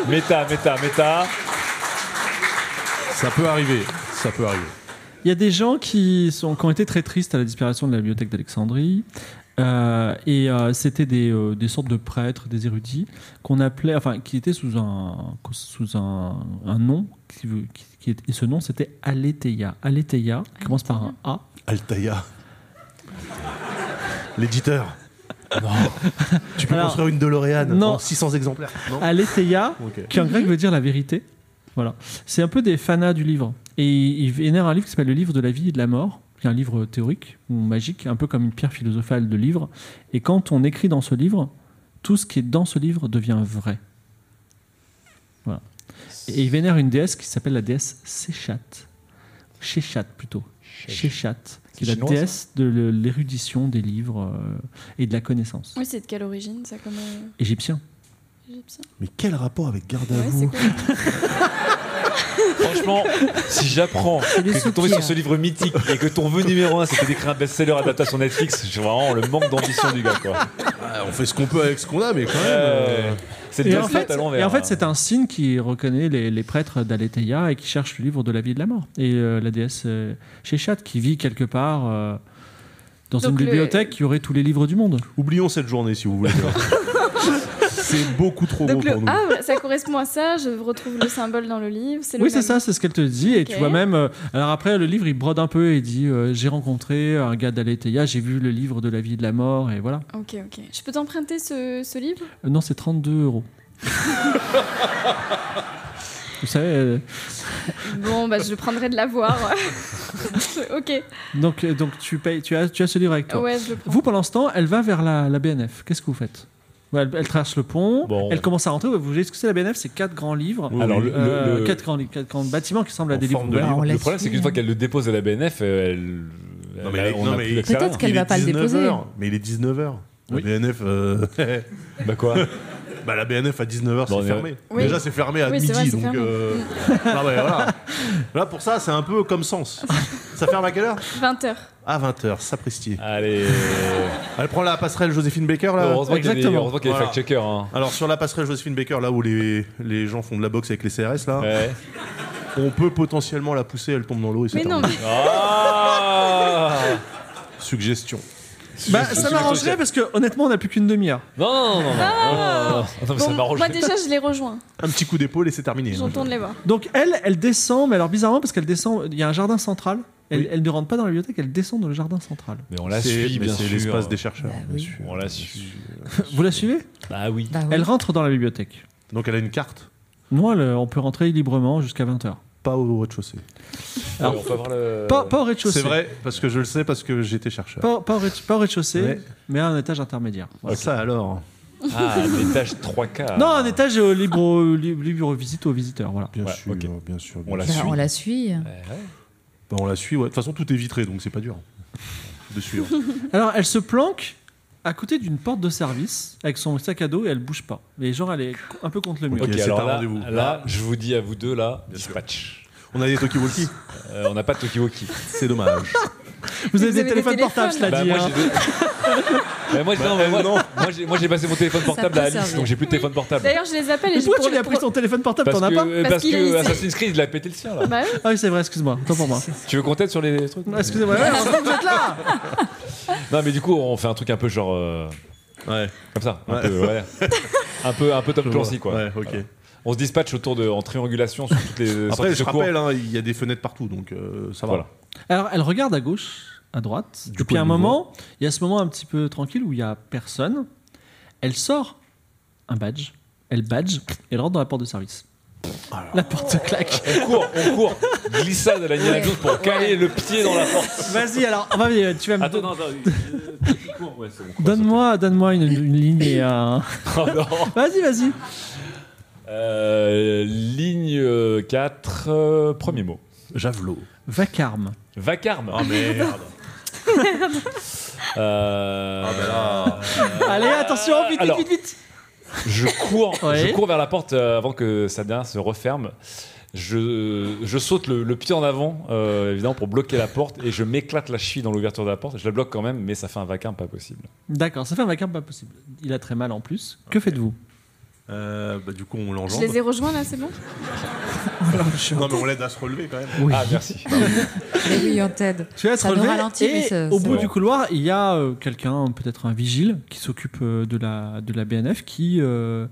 Speaker 3: Méta, méta, méta.
Speaker 5: Ça peut arriver. Ça peut arriver.
Speaker 2: Il y a des gens qui, sont, qui ont été très tristes à la disparition de la bibliothèque d'Alexandrie. Euh, et euh, c'était des, euh, des sortes de prêtres, des érudits, qu'on appelait, enfin, qui étaient sous un, sous un, un nom, qui, veut- qui, qui est- et ce nom c'était Aletheia. Aletheia, qui commence par un A.
Speaker 5: Altaïa. L'éditeur. Non. tu peux
Speaker 2: Alors,
Speaker 5: construire une DeLorean
Speaker 2: non.
Speaker 5: en 600 exemplaires. Non.
Speaker 2: Aletheia,
Speaker 5: Ok.
Speaker 2: qui en grec veut dire la vérité. Voilà. C'est un peu des fanas du livre. Et ils vénèrent un livre qui s'appelle Le livre de la vie et de la mort, qui est un livre théorique ou magique, un peu comme une pierre philosophale de livre. Et quand on écrit dans ce livre, tout ce qui est dans ce livre devient vrai. Voilà. Et ils vénèrent une déesse qui s'appelle la déesse Sechat. Sechat plutôt. Sechat, qui est la
Speaker 3: chinois, ça
Speaker 2: déesse de le- l'érudition des livres euh, et de la connaissance.
Speaker 4: Oui, c'est de quelle origine, ça, comme euh,
Speaker 2: Égyptien.
Speaker 4: égyptien
Speaker 5: Mais quel rapport avec Garde à
Speaker 4: Ouais, c'est
Speaker 5: vous
Speaker 4: quoi
Speaker 2: [laughs]
Speaker 3: Franchement, si j'apprends que
Speaker 6: le
Speaker 3: tu es tombé
Speaker 6: soupir.
Speaker 3: sur ce livre mythique et que ton vœu numéro 1 c'était d'écrire un best-seller adaptation Netflix, je vois vraiment le manque d'ambition du gars quoi.
Speaker 5: Ah, On fait ce qu'on peut avec ce qu'on a, mais quand même.
Speaker 3: Euh,
Speaker 5: euh,
Speaker 3: c'est
Speaker 2: Et
Speaker 3: le
Speaker 2: en,
Speaker 3: Death Note
Speaker 2: fait,
Speaker 3: à l'envers,
Speaker 2: et en
Speaker 3: hein.
Speaker 2: fait, c'est un signe qui reconnaît les, les prêtres d'Aletheia et qui cherche le livre de la vie et de la mort. Et euh, la déesse euh, Shechat qui vit quelque part euh, dans
Speaker 4: Donc
Speaker 2: une
Speaker 4: le-
Speaker 2: bibliothèque qui aurait tous les livres du monde.
Speaker 5: Oublions cette journée si
Speaker 4: [laughs]
Speaker 5: vous voulez. c'est beaucoup trop
Speaker 4: Donc
Speaker 5: gros
Speaker 4: le
Speaker 5: pour nous.
Speaker 4: A, voilà, ça correspond à ça, je retrouve le symbole dans le livre. c'est le
Speaker 2: Oui, c'est
Speaker 4: même.
Speaker 2: ça, c'est ce qu'elle te dit. Et tu
Speaker 4: Ok.
Speaker 2: vois même. euh, alors après, le livre, il brode un peu et il dit euh, J'ai rencontré un gars d'Aletheia, j'ai vu le livre de la vie et de la mort, et voilà.
Speaker 4: Ok, ok. Je peux t'emprunter ce, ce livre
Speaker 2: Euh, non, c'est 32
Speaker 4: [laughs]
Speaker 2: euros. Vous savez, euh,
Speaker 4: Bon, bah, je le prendrai de l'avoir. [laughs] ok,
Speaker 2: donc, euh, donc tu, payes, tu, as, tu as ce livre avec toi.
Speaker 4: ouais, je le prends.
Speaker 2: Vous, pendant ce temps, elle va vers la, la BNF. Qu'est-ce que vous faites Ouais, elle, elle traverse le pont,
Speaker 3: Bon.
Speaker 2: elle commence à rentrer. Vous voyez ce que c'est la BNF C'est quatre grands livres.
Speaker 5: Oui,
Speaker 3: Alors,
Speaker 5: oui.
Speaker 3: le-
Speaker 2: Euh,
Speaker 3: le-
Speaker 2: Quatre, grands, livres, quatre grands bâtiments qui semblent à
Speaker 5: En
Speaker 2: des livres
Speaker 5: forme de
Speaker 2: ouverts.
Speaker 5: livre.
Speaker 6: on l'a
Speaker 3: Le problème, c'est
Speaker 6: suivi,
Speaker 3: qu'une fois
Speaker 6: hein.
Speaker 3: qu'elle le dépose à la BNF, euh, elle.
Speaker 5: Non, mais
Speaker 3: elle-
Speaker 5: il est-
Speaker 3: on non,
Speaker 5: non,
Speaker 3: mais
Speaker 5: mais
Speaker 3: plus
Speaker 5: il-
Speaker 3: accès à
Speaker 6: Peut-être
Speaker 3: rien.
Speaker 6: qu'elle
Speaker 5: Il
Speaker 6: va
Speaker 5: est
Speaker 6: pas le
Speaker 5: 19
Speaker 6: déposer.
Speaker 5: heures. Mais il est 19h.
Speaker 2: Oui.
Speaker 5: La BNF,
Speaker 4: [laughs]
Speaker 5: euh,
Speaker 3: Bah quoi
Speaker 5: bah, la BNF à 19h,
Speaker 3: Bon,
Speaker 5: c'est
Speaker 3: mais-
Speaker 5: fermé.
Speaker 4: Oui.
Speaker 5: Déjà, c'est fermé à
Speaker 4: Oui, c'est
Speaker 5: midi.
Speaker 4: vrai, c'est
Speaker 5: donc,
Speaker 4: fermé.
Speaker 5: euh, ah,
Speaker 4: [laughs]
Speaker 5: ouais, voilà. Là, pour ça, c'est un peu comme sens. Ça ferme à quelle heure
Speaker 4: 20h.
Speaker 5: À 20h, sapristi.
Speaker 3: Allez.
Speaker 5: Elle prend la passerelle Joséphine Baker, là
Speaker 3: Heureusement qu'il y a des-
Speaker 2: Exactement.
Speaker 3: heureusement qu'il y a des
Speaker 5: Voilà.
Speaker 3: fact-checkers.
Speaker 5: [laughs]
Speaker 3: hein.
Speaker 5: Alors, sur la passerelle Joséphine Baker, là où les, les gens font de la boxe avec les CRS, là,
Speaker 3: Ouais.
Speaker 5: on peut potentiellement la pousser, elle tombe dans l'eau et c'est
Speaker 4: Mais non,
Speaker 5: terminé.
Speaker 4: mais
Speaker 3: Ah
Speaker 5: Suggestion.
Speaker 2: Bah, ça Ah. m'arrangerait parce que honnêtement, on n'a plus qu'une demi-heure.
Speaker 3: Non, non, non, non, non, non, non, non. Non, mais ça
Speaker 4: bon,
Speaker 3: m'arrange.
Speaker 4: moi déjà, je les rejoins.
Speaker 5: Un petit coup d'épaule et c'est terminé.
Speaker 4: J'entends de les voir.
Speaker 2: Donc elle, elle descend, mais alors bizarrement parce qu'elle descend, il y a un jardin central. Elle,
Speaker 5: Oui.
Speaker 2: elle ne rentre pas dans la bibliothèque, elle descend dans le jardin central.
Speaker 3: Mais on la
Speaker 5: C'est-
Speaker 3: suit,
Speaker 5: mais
Speaker 3: bien
Speaker 5: c'est
Speaker 3: sûr.
Speaker 5: l'espace des chercheurs.
Speaker 6: Bah
Speaker 5: bien
Speaker 6: oui.
Speaker 5: sûr.
Speaker 3: On la suit.
Speaker 2: Vous la suivez
Speaker 3: Bah oui.
Speaker 6: Bah oui.
Speaker 2: Elle rentre dans la bibliothèque.
Speaker 5: Donc, elle a une carte,
Speaker 2: Nous, elle, on peut rentrer librement jusqu'à 20h.
Speaker 5: pas au rez-de-chaussée.
Speaker 2: Alors,
Speaker 3: Ouais, on peut avoir le.
Speaker 2: Pas, pas au rez-de-chaussée.
Speaker 5: Euh, C'est vrai, parce que je le sais, parce que j'étais chercheur.
Speaker 2: Pas, pas au rez- pas au rez-de-chaussée,
Speaker 5: Ouais.
Speaker 2: mais à un étage intermédiaire. Voilà.
Speaker 5: Ça alors,
Speaker 3: Ah, [laughs] l'étage 3K.
Speaker 2: Non, un étage euh, libre, aux- li- libre aux visites aux visiteurs, voilà.
Speaker 5: bien
Speaker 3: Ouais,
Speaker 5: sûr,
Speaker 3: ok.
Speaker 5: bien sûr.
Speaker 3: On la
Speaker 6: Bah,
Speaker 3: suit.
Speaker 6: on la suit.
Speaker 5: Bah, on la suit, ouais. De toute façon, tout est vitré, donc c'est pas dur
Speaker 4: [laughs]
Speaker 5: de suivre.
Speaker 2: Alors, elle se planque à côté d'une porte de service avec son sac à dos et elle bouge pas. Mais genre, elle est co- un peu contre le mur.
Speaker 5: Ok,
Speaker 3: Ok,
Speaker 5: c'est
Speaker 3: alors
Speaker 5: un
Speaker 3: là,
Speaker 5: rendez-vous.
Speaker 3: là, je vous dis à vous deux, là,
Speaker 5: Bien sûr.
Speaker 3: dispatch.
Speaker 5: On a des talkie-walkie,
Speaker 3: Euh, on n'a pas de
Speaker 5: [laughs]
Speaker 3: Tokiwoki.
Speaker 5: c'est dommage.
Speaker 2: Vous avez
Speaker 4: Vous
Speaker 2: des
Speaker 4: avez
Speaker 2: téléphones
Speaker 4: des
Speaker 2: portables,
Speaker 4: téléphones.
Speaker 2: cela dit.
Speaker 3: moi,
Speaker 2: hein.
Speaker 3: j'ai deux- Bah, moi, j'ai- non, mais moi-
Speaker 5: non.
Speaker 3: moi, j'ai- moi, j'ai passé mon téléphone portable
Speaker 6: peut
Speaker 3: à Alice,
Speaker 6: servir.
Speaker 3: donc j'ai plus de téléphone portable.
Speaker 4: D'ailleurs, je les appelle et
Speaker 2: Mais
Speaker 4: je
Speaker 2: pourquoi
Speaker 4: pour-
Speaker 2: tu lui as pris
Speaker 4: pour-
Speaker 2: son téléphone portable
Speaker 3: Parce
Speaker 2: T'en as
Speaker 3: que,
Speaker 2: pas
Speaker 3: euh,
Speaker 4: Parce
Speaker 3: parce
Speaker 4: qu'il est
Speaker 3: que
Speaker 4: ici.
Speaker 3: Assassin's Creed, il a pété le sien, là.
Speaker 4: Bah oui.
Speaker 2: Ah oui, c'est vrai, excuse-moi. Tant pour moi.
Speaker 3: Tu veux qu'on t'aide sur les trucs
Speaker 2: Excusez-moi, ouais, heureusement que vous êtes là
Speaker 3: Non, mais du coup, on fait un truc un peu genre. euh,
Speaker 5: Ouais,
Speaker 3: Comme ça, un
Speaker 5: Ouais. [laughs]
Speaker 3: peu, ouais. un peu, un peu Tom
Speaker 5: je
Speaker 3: Clancy, quoi.
Speaker 5: vois. Ouais, ok.
Speaker 3: On se dispatche autour de, en triangulation sur toutes les
Speaker 5: Après,
Speaker 3: sorties
Speaker 5: je
Speaker 3: de secours.
Speaker 5: rappelle, hein, il y a des fenêtres partout, donc euh, ça va.
Speaker 3: Voilà.
Speaker 2: Alors, elle regarde à gauche, à droite.
Speaker 5: Du
Speaker 2: Du
Speaker 5: coup,
Speaker 2: puis à
Speaker 5: elle
Speaker 2: un
Speaker 5: nous
Speaker 2: moment, il y a ce moment un petit peu tranquille où il y a personne. Elle sort un badge. Elle badge. Elle rentre dans la porte de service. La porte se claque.
Speaker 3: On court, on court. Glissade à la Indiana
Speaker 6: Ouais.
Speaker 3: Jones pour caler le pied dans la porte.
Speaker 2: Vas-y, alors, on va- tu vas me
Speaker 3: Attends, non, attends. euh, tu cours, ouais, c'est bon, quoi,
Speaker 2: Donne-moi, donne-moi une, une ligne et
Speaker 3: [laughs]
Speaker 2: un.
Speaker 3: ça fait- Oh, non.
Speaker 2: Vas-y, vas-y.
Speaker 3: Euh, ligne euh, 4, euh, premier mot.
Speaker 5: Javelot.
Speaker 2: Vacarme.
Speaker 3: Vacarme.
Speaker 2: [laughs]
Speaker 5: Ah. merde.
Speaker 3: Euh,
Speaker 2: Euh, Allez, attention, vite,
Speaker 3: Alors.
Speaker 2: vite, vite, vite.
Speaker 3: je, cours,
Speaker 2: Ouais.
Speaker 3: je cours vers la porte euh, avant que sa dernière se referme. Je, je saute le, le pied en avant, euh, évidemment, pour bloquer la porte et je m'éclate la cheville dans l'ouverture de la porte. Je la bloque quand même, mais ça fait un vacarme pas possible.
Speaker 2: D'accord, ça fait un vacarme pas possible. Il a très mal en plus. Que faites-vous
Speaker 5: Euh, bah, du coup, on
Speaker 4: Je
Speaker 5: l'enjambe.
Speaker 4: les ai rejoints là, c'est bon
Speaker 5: Non, mais on l'aide à se relever quand même.
Speaker 2: Oui.
Speaker 3: Ah, merci.
Speaker 6: Mais oui, on t'aide.
Speaker 2: Tu vas te
Speaker 6: Ça nous
Speaker 2: relever
Speaker 6: ralentit,
Speaker 2: et
Speaker 6: mais ça-
Speaker 2: au
Speaker 6: ça
Speaker 2: bout
Speaker 6: va.
Speaker 2: du couloir, il y a euh, quelqu'un, peut-être un vigile, qui s'occupe euh, de la, de la BNF, qui, euh,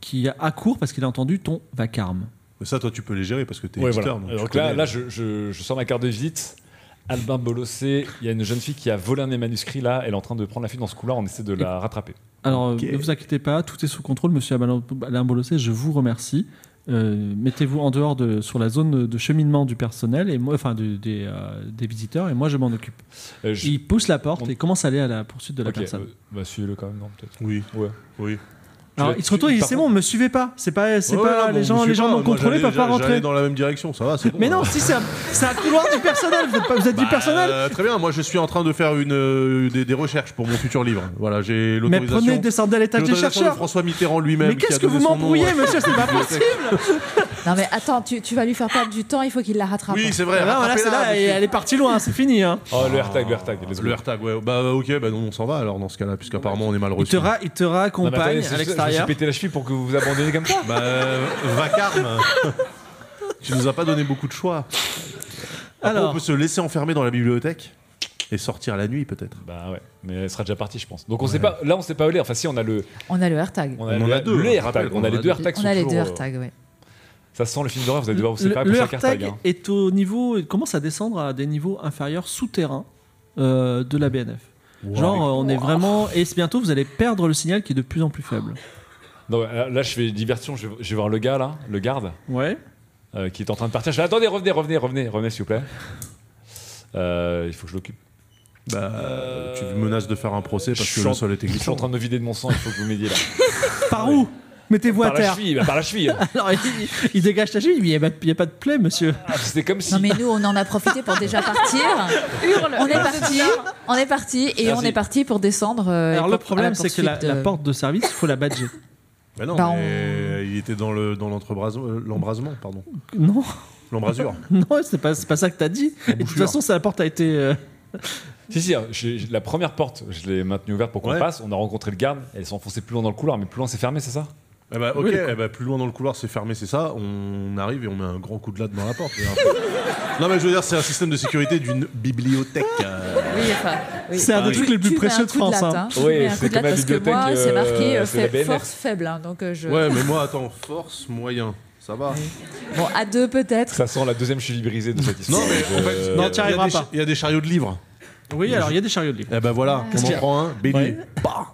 Speaker 2: qui accourt parce qu'il a entendu ton vacarme.
Speaker 5: Mais ça, toi, tu peux les gérer parce que t'es
Speaker 3: Ouais, voilà.
Speaker 5: expert. donc
Speaker 3: Euh,
Speaker 5: tu
Speaker 3: donc là,
Speaker 5: connais.
Speaker 3: là je, je- je sors ma carte de visite. Albin Bolossé, il y a une jeune fille qui a volé un des manuscrits là, elle est en train de prendre la fuite dans ce couloir, on essaie de la rattraper.
Speaker 2: Alors, euh,
Speaker 5: Ok.
Speaker 2: ne vous inquiétez pas, tout est sous contrôle, monsieur Abalan- Alain Bolossé, je vous remercie. Euh, Mettez-vous en dehors de, sur la zone de cheminement du personnel, et moi, enfin du- des, euh, des visiteurs, et moi je m'en occupe.
Speaker 3: Euh, je-
Speaker 2: Il pousse la porte
Speaker 3: On-
Speaker 2: et commence à aller à la poursuite de la
Speaker 3: Ok,
Speaker 2: personne.
Speaker 3: euh, bah, suivez-le quand même, non, peut-être.
Speaker 5: Oui.
Speaker 3: Ouais.
Speaker 5: Oui.
Speaker 2: Alors,
Speaker 5: euh,
Speaker 3: Tu-
Speaker 2: il se retourne et
Speaker 3: tu-
Speaker 2: il dit
Speaker 3: par
Speaker 2: c'est
Speaker 3: contre-
Speaker 2: bon, me suivez pas. C'est pas, c'est
Speaker 5: Ouais,
Speaker 2: pas
Speaker 5: ouais, non,
Speaker 2: les
Speaker 5: bon,
Speaker 2: gens,
Speaker 5: je
Speaker 2: les
Speaker 5: sais
Speaker 2: gens
Speaker 5: pas,
Speaker 2: non
Speaker 5: moi,
Speaker 2: contrôlés
Speaker 5: j'allais-
Speaker 2: peuvent pas
Speaker 5: j'allais- j'allais
Speaker 2: rentrer.
Speaker 5: dans la même direction, ça va, c'est bon.
Speaker 2: Mais non, si c'est un, c'est un couloir du personnel. Vous êtes, pas- vous êtes
Speaker 5: Bah,
Speaker 2: du personnel.
Speaker 5: euh, très bien, moi je suis en train de faire une, euh, des, des recherches pour mon futur livre. Voilà, j'ai
Speaker 2: Mais
Speaker 5: l'autorisation.
Speaker 2: prenez, descendez à
Speaker 5: j'ai
Speaker 2: l'étage des
Speaker 5: l'autorisation de
Speaker 2: chercheurs.
Speaker 5: François Mitterrand lui-même.
Speaker 2: Mais
Speaker 5: qui a
Speaker 2: qu'est-ce que
Speaker 5: donné
Speaker 2: vous
Speaker 5: son nom,
Speaker 2: m'embrouillez,
Speaker 5: euh,
Speaker 2: monsieur
Speaker 5: [laughs]
Speaker 2: C'est pas possible.
Speaker 6: Non, mais attends, tu, tu vas lui faire perdre du temps, il faut qu'il la rattrape.
Speaker 5: Oui, c'est vrai.
Speaker 2: Ah, voilà, c'est
Speaker 5: rattrapez-la,
Speaker 2: là,
Speaker 5: monsieur.
Speaker 2: elle est partie loin, c'est fini. hein.
Speaker 3: Oh, le AirTag, le AirTag. let's go.
Speaker 5: Le AirTag, ouais. Bah ok, bah non, on s'en va alors dans ce cas-là, puisqu'apparemment on est mal
Speaker 2: Il
Speaker 5: reçu.
Speaker 2: te, ra- il te
Speaker 3: Non, mais attendez,
Speaker 2: raccompagne à
Speaker 3: c'est- Je me suis
Speaker 2: l'extérieur.
Speaker 3: pété la cheville pour que vous vous abandonniez comme
Speaker 2: [laughs]
Speaker 3: ça.
Speaker 5: Bah, euh, vacarme Tu nous as pas donné beaucoup de choix. Après,
Speaker 2: Alors.
Speaker 5: on peut se laisser enfermer dans la bibliothèque et sortir la nuit peut-être.
Speaker 3: Bah ouais, mais elle sera déjà partie, je pense. Donc on sait pas, là on sait pas où l'air. Enfin si, on a le,
Speaker 6: On a le AirTag.
Speaker 3: on
Speaker 5: On en
Speaker 3: le-
Speaker 5: a deux,
Speaker 3: le
Speaker 5: hein,
Speaker 3: AirTag,
Speaker 5: rappelle,
Speaker 3: on a les deux AirTags.
Speaker 6: On
Speaker 3: sont
Speaker 6: a les
Speaker 3: toujours,
Speaker 6: deux
Speaker 3: euh,
Speaker 6: AirTags, ouais.
Speaker 3: Ça sent le film d'horreur. Vous allez devoir vous séparer
Speaker 2: Le
Speaker 3: pour
Speaker 2: le
Speaker 3: chaque AirTag.
Speaker 2: AirTag
Speaker 3: hein.
Speaker 2: est au niveau, il commence à descendre à des niveaux inférieurs souterrains euh, de la BNF. Genre, euh, on est vraiment. Et c'est bientôt, vous allez perdre le signal qui est de plus en plus faible.
Speaker 3: Non, là, là, je fais diversion. Je, vais- je vais voir le gars là, le garde.
Speaker 2: Ouais.
Speaker 3: euh, qui est en train de partir. Je fais, attendez, revenez, revenez, revenez, revenez, s'il vous plaît. Euh, il faut que je l'occupe.
Speaker 5: Bah,
Speaker 3: Euh,
Speaker 5: tu menaces de faire un procès parce
Speaker 3: je
Speaker 5: que
Speaker 3: suis
Speaker 5: le
Speaker 3: en-
Speaker 5: sol était
Speaker 3: Je suis en
Speaker 5: glissant.
Speaker 3: train de me vider de mon sang, il faut que vous
Speaker 2: [laughs]
Speaker 3: m'aidiez là.
Speaker 2: Par où Mettez-vous à
Speaker 3: par la
Speaker 2: terre.
Speaker 3: cheville, bah, par
Speaker 2: [laughs]
Speaker 3: la cheville.
Speaker 2: Alors, il, il dégage ta cheville, mais il n'y a, pas de plaie, monsieur.
Speaker 3: Ah, C'était comme si.
Speaker 6: Non, mais nous, on en a profité pour
Speaker 3: [laughs]
Speaker 6: déjà partir.
Speaker 4: Hurle
Speaker 6: On est parti, on est parti, et
Speaker 3: Merci.
Speaker 6: on est parti pour descendre. euh,
Speaker 2: Alors,
Speaker 6: pour-
Speaker 2: le
Speaker 6: à
Speaker 2: problème,
Speaker 6: la
Speaker 2: c'est que ah, la, euh.
Speaker 6: poursuite
Speaker 2: la
Speaker 6: de-
Speaker 2: porte de service, il faut la badger. [laughs]
Speaker 5: Bah non,
Speaker 6: Bah,
Speaker 5: mais il était dans le dans l'entrebrasement, euh, l'embrasement, pardon,
Speaker 2: Non,
Speaker 5: l'embrasure.
Speaker 2: non, c'est pas, c'est pas ça que t'as dit. Et de toute
Speaker 5: bouchure.
Speaker 2: façon, ça, la porte a été. euh,
Speaker 3: Si, si, j'ai- j'ai- la première porte, je l'ai maintenue ouverte pour qu'on
Speaker 5: Ouais.
Speaker 3: passe. On a rencontré le garde, elle s'est enfoncée plus loin dans le couloir, mais plus loin c'est fermé, c'est ça
Speaker 5: Eh bah, ok,
Speaker 2: Oui,
Speaker 5: eh bah, plus loin dans le couloir, c'est fermé, c'est ça. On arrive et on met un grand coup de latte dans la porte. Et un- non, mais je veux dire, c'est un système de sécurité d'une bibliothèque. euh.
Speaker 6: Oui, enfin, oui.
Speaker 2: C'est un des
Speaker 5: Tu-
Speaker 2: trucs les
Speaker 6: Tu
Speaker 2: plus
Speaker 6: mets
Speaker 2: précieux
Speaker 6: un
Speaker 2: de
Speaker 6: coup
Speaker 2: France.
Speaker 6: latte,
Speaker 2: hein.
Speaker 6: hein. Tu
Speaker 3: Oui,
Speaker 6: mets un
Speaker 3: c'est
Speaker 6: coup
Speaker 3: comme
Speaker 6: de latte
Speaker 3: la
Speaker 6: parce que moi,
Speaker 3: bibliothèque,
Speaker 6: c'est marqué
Speaker 3: euh,
Speaker 6: euh,
Speaker 3: c'est la
Speaker 6: fa-
Speaker 3: BNF.
Speaker 6: force faible. hein, donc euh, je...
Speaker 5: Ouais, mais moi, attends, force, moyen, ça va.
Speaker 6: Bon, à deux peut-être.
Speaker 3: Ça sent la deuxième cheville brisée de cette histoire.
Speaker 5: Non, mais en fait,
Speaker 3: Euh,
Speaker 5: il y a-
Speaker 2: Non, tu
Speaker 5: il y a
Speaker 2: arriveras
Speaker 5: des
Speaker 2: pas.
Speaker 5: cha- Il y a des chariots de livres.
Speaker 2: Oui, alors il y a des chariots de livres.
Speaker 5: Eh ben voilà, on en prend un, bélier. Bah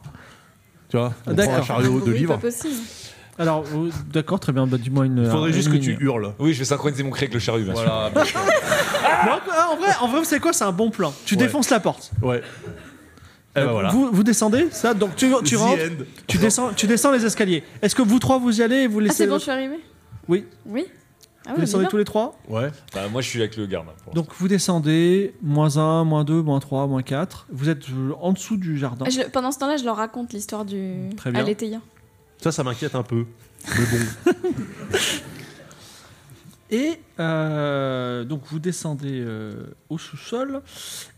Speaker 5: tu vois, on prend
Speaker 2: D'accord.
Speaker 5: un chariot de
Speaker 4: Oui,
Speaker 5: livres.
Speaker 4: pas possible.
Speaker 2: Alors, euh, d'accord, très bien, bah, dis-moi une.
Speaker 5: Il faudrait
Speaker 2: euh,
Speaker 5: juste
Speaker 2: une
Speaker 5: que tu
Speaker 2: ligne.
Speaker 5: hurles.
Speaker 3: Oui, je vais synchroniser mon cri avec le chariot, bien sûr.
Speaker 5: Voilà, bien sûr.
Speaker 2: Non, ah, en vrai, en vrai c'est quoi C'est un bon plan. Tu
Speaker 5: Ouais.
Speaker 2: défonces la porte.
Speaker 5: Ouais. Eh ben voilà.
Speaker 2: vous, vous descendez, ça, donc tu, tu
Speaker 5: The
Speaker 2: rentres,
Speaker 5: end.
Speaker 2: tu descends, tu descends les escaliers. Est-ce que vous trois vous y allez et vous
Speaker 4: Ah,
Speaker 2: laissez.
Speaker 4: c'est bon, je suis arrivée
Speaker 2: Oui,
Speaker 4: Oui. Ah,
Speaker 2: vous
Speaker 4: ouais, on y
Speaker 2: descendez
Speaker 4: va.
Speaker 2: tous les trois
Speaker 5: Ouais.
Speaker 3: Bah, moi, je suis avec le garde. pour
Speaker 2: Donc vous descendez, moins 1, moins 2, moins 3, moins 4. Vous êtes euh, en dessous du jardin.
Speaker 4: Ah, je- pendant ce temps-là, je leur raconte l'histoire du.
Speaker 5: Mm,
Speaker 2: Très bien.
Speaker 4: à l'étayien.
Speaker 5: Ça, ça m'inquiète un peu. Mais
Speaker 2: [laughs]
Speaker 5: bon.
Speaker 2: Et euh, donc vous descendez euh, au sous-sol.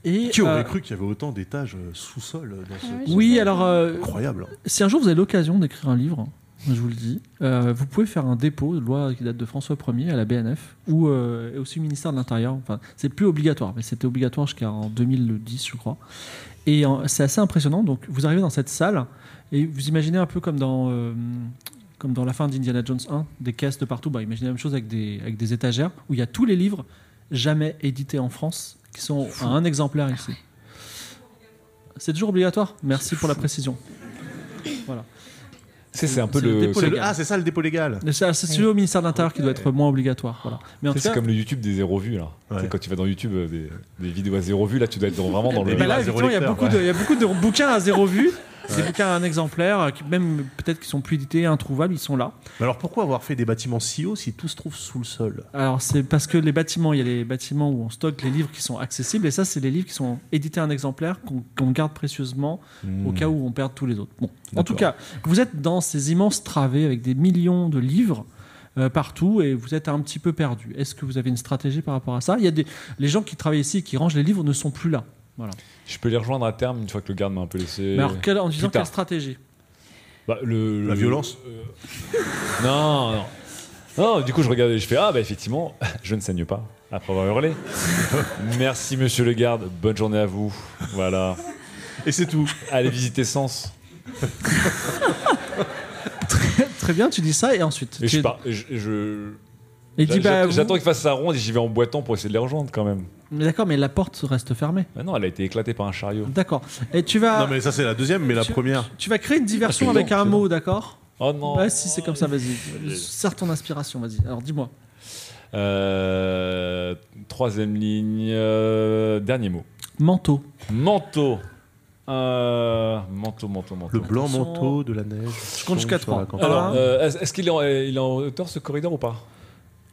Speaker 2: Et,
Speaker 5: Qui aurait
Speaker 2: euh,
Speaker 5: cru qu'il y avait autant d'étages euh, sous-sol euh, dans ce.
Speaker 4: Ah oui,
Speaker 2: Oui, alors euh,
Speaker 5: Incroyable.
Speaker 2: si un jour vous avez l'occasion d'écrire un livre, je vous le dis, euh, vous pouvez faire un dépôt de loi qui date de François 1er à la BNF ou euh, et aussi au ministère de l'Intérieur. Enfin, c'est plus obligatoire, mais c'était obligatoire jusqu'à en 2010, je crois. Et en- c'est assez impressionnant. Donc vous arrivez dans cette salle et vous imaginez un peu comme dans euh, comme dans la fin d'Indiana Jones 1, des caisses de partout. Bah, imaginez la même chose avec des, avec des étagères où il y a tous les livres jamais édités en France qui sont à un exemplaire ici. C'est toujours obligatoire Merci pour la précision. Voilà.
Speaker 3: C'est c'est un peu
Speaker 2: C'est le
Speaker 3: le.
Speaker 2: dépôt
Speaker 3: c'est-
Speaker 5: C'est le-
Speaker 2: légal.
Speaker 5: Ah, c'est ça le dépôt légal.
Speaker 2: Mais C'est c'est celui au ministère de l'Intérieur qui doit être moins obligatoire. Voilà. Mais en tout
Speaker 3: C'est
Speaker 2: cas,
Speaker 3: comme le YouTube des zéro vues là.
Speaker 5: Ouais.
Speaker 3: Tu sais, Quand tu vas dans YouTube euh, des, des vidéos à zéro vue, là tu dois être dans- vraiment dans
Speaker 5: Des
Speaker 3: le.
Speaker 2: bah là,
Speaker 5: à zéro
Speaker 2: effectivement, il y, a
Speaker 5: lecteur,
Speaker 2: beaucoup de- il y a beaucoup de bouquins à zéro
Speaker 5: [laughs]
Speaker 2: vue, des bouquins à un exemplaire, euh, qui même peut-être qui sont plus édités, introuvables, ils sont là.
Speaker 5: Mais alors pourquoi avoir fait des bâtiments si hauts si tout se trouve sous le sol
Speaker 2: Alors c'est parce que les bâtiments, il y a les bâtiments où on stocke les livres qui sont accessibles, et ça, c'est les livres qui sont édités à un exemplaire qu'on qu'on garde précieusement
Speaker 5: Hmm.
Speaker 2: au cas où on perd tous les autres. Bon, en tout cas, vous êtes dans ces immenses travées avec des millions de livres. euh, partout et vous êtes un petit peu perdu. Est-ce que vous avez une stratégie par rapport à ça Il y a des les gens qui travaillent ici, et qui rangent les livres, ne sont plus là.
Speaker 3: Je peux les rejoindre à terme une fois que le garde m'a un peu laissé.
Speaker 2: Mais alors quelle- en disant
Speaker 3: plus tard.
Speaker 2: quelle stratégie
Speaker 3: Bah, le-
Speaker 5: La
Speaker 3: le-
Speaker 5: violence
Speaker 3: Non, non. Non, du coup, je regarde et je fais Ah, bah effectivement, [laughs] je ne saigne pas après avoir hurlé. [laughs] Merci, monsieur le garde. Bonne journée à vous. Voilà.
Speaker 5: Et c'est tout.
Speaker 3: Allez visiter Sens.
Speaker 2: Très bien, tu dis ça et ensuite.
Speaker 3: Et
Speaker 2: tu-
Speaker 3: je pars. et je- je-
Speaker 2: Il dit
Speaker 3: j'a-
Speaker 2: bah.
Speaker 3: j'a-
Speaker 2: vous-
Speaker 3: J'attends qu'il fasse sa ronde et j'y vais en boitant pour essayer de les rejoindre quand même.
Speaker 2: Mais d'accord, mais la porte reste fermée.
Speaker 3: Bah non, elle a été éclatée par un chariot.
Speaker 2: D'accord. Et tu vas.
Speaker 5: Non, mais ça, c'est la deuxième, mais la
Speaker 2: tu-
Speaker 5: première.
Speaker 2: Tu vas créer une diversion
Speaker 3: Ah, c'est
Speaker 2: avec
Speaker 3: bon,
Speaker 2: un
Speaker 3: c'est
Speaker 2: mot, d'accord
Speaker 3: Oh non.
Speaker 2: Bah si, c'est comme ça, vas-y. Sers ton inspiration, vas-y. Alors dis-moi.
Speaker 3: Euh, troisième ligne. euh, dernier mot.
Speaker 2: Manteau.
Speaker 3: Manteau. Euh, manteau, manteau, manteau.
Speaker 5: Le blanc
Speaker 2: Attention.
Speaker 5: manteau de la neige.
Speaker 2: Je compte jusqu'à
Speaker 5: tombe sur
Speaker 2: trois.
Speaker 5: la campagne.
Speaker 3: Alors,
Speaker 2: Un.
Speaker 3: euh, est- est-ce qu'il est, en- il est en hauteur ce corridor ou pas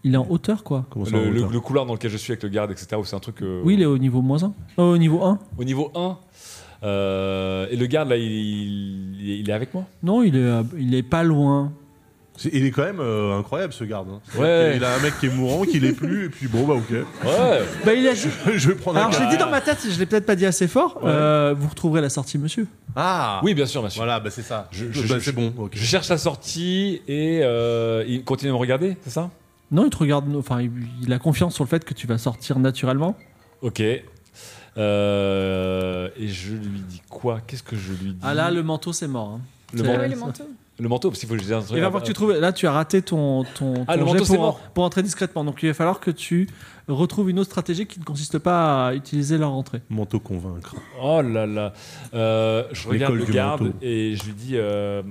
Speaker 2: Il est en hauteur, quoi.
Speaker 5: Comment ça, en
Speaker 3: le, le-
Speaker 5: hauteur
Speaker 3: le couloir dans lequel je suis avec le garde, etc. Ou c'est un truc. euh,
Speaker 2: Oui, il est au niveau moins 1. au niveau 1
Speaker 3: Au niveau 1. euh, et le garde, là, il, il- il est avec moi
Speaker 2: Non, il est, euh, il est pas loin.
Speaker 5: C'est- Il est quand même euh, incroyable ce garde. hein.
Speaker 3: Ouais.
Speaker 5: Il a un mec qui est mourant, qui l'est plus, et puis bon, bah ok. [laughs]
Speaker 3: Ouais
Speaker 2: Bah il a
Speaker 5: Je vais
Speaker 3: Oh
Speaker 5: prendre un
Speaker 2: Alors je
Speaker 5: garde.
Speaker 2: l'ai dit dans ma tête, je l'ai peut-être pas dit assez fort.
Speaker 5: Ouais.
Speaker 2: euh, vous retrouverez la sortie, monsieur.
Speaker 5: Ah
Speaker 3: Oui, bien sûr, bien sûr.
Speaker 5: Voilà, bah c'est ça.
Speaker 3: Je- je-
Speaker 5: Bah,
Speaker 3: je-
Speaker 5: c'est bon, ok.
Speaker 3: Je cherche la sortie et euh, il continue à me regarder, c'est ça
Speaker 2: Non, il te regarde. Enfin, il, il a confiance sur le fait que tu vas sortir naturellement.
Speaker 3: Ok. Euh, et je lui dis quoi Qu'est-ce que je lui dis
Speaker 2: Ah là, le manteau, c'est mort. hein.
Speaker 3: Le
Speaker 2: C'est-
Speaker 3: manteau.
Speaker 4: Ah ouais, le manteau.
Speaker 3: Le manteau, parce qu'il faut que je dise un truc.
Speaker 2: Il va voir que tu trouves. Là, tu as raté ton, ton,
Speaker 3: Ah,
Speaker 2: ton
Speaker 3: le
Speaker 2: jet
Speaker 3: manteau, c'est
Speaker 2: pour,
Speaker 3: mort.
Speaker 2: pour entrer discrètement. Donc, il va falloir que tu retrouves une autre stratégie qui ne consiste pas à utiliser leur entrée.
Speaker 5: Manteau convaincre.
Speaker 3: Oh là là. Euh, je regarde
Speaker 5: L'école
Speaker 3: le
Speaker 5: du
Speaker 3: garde
Speaker 5: manteau.
Speaker 3: et je lui dis euh,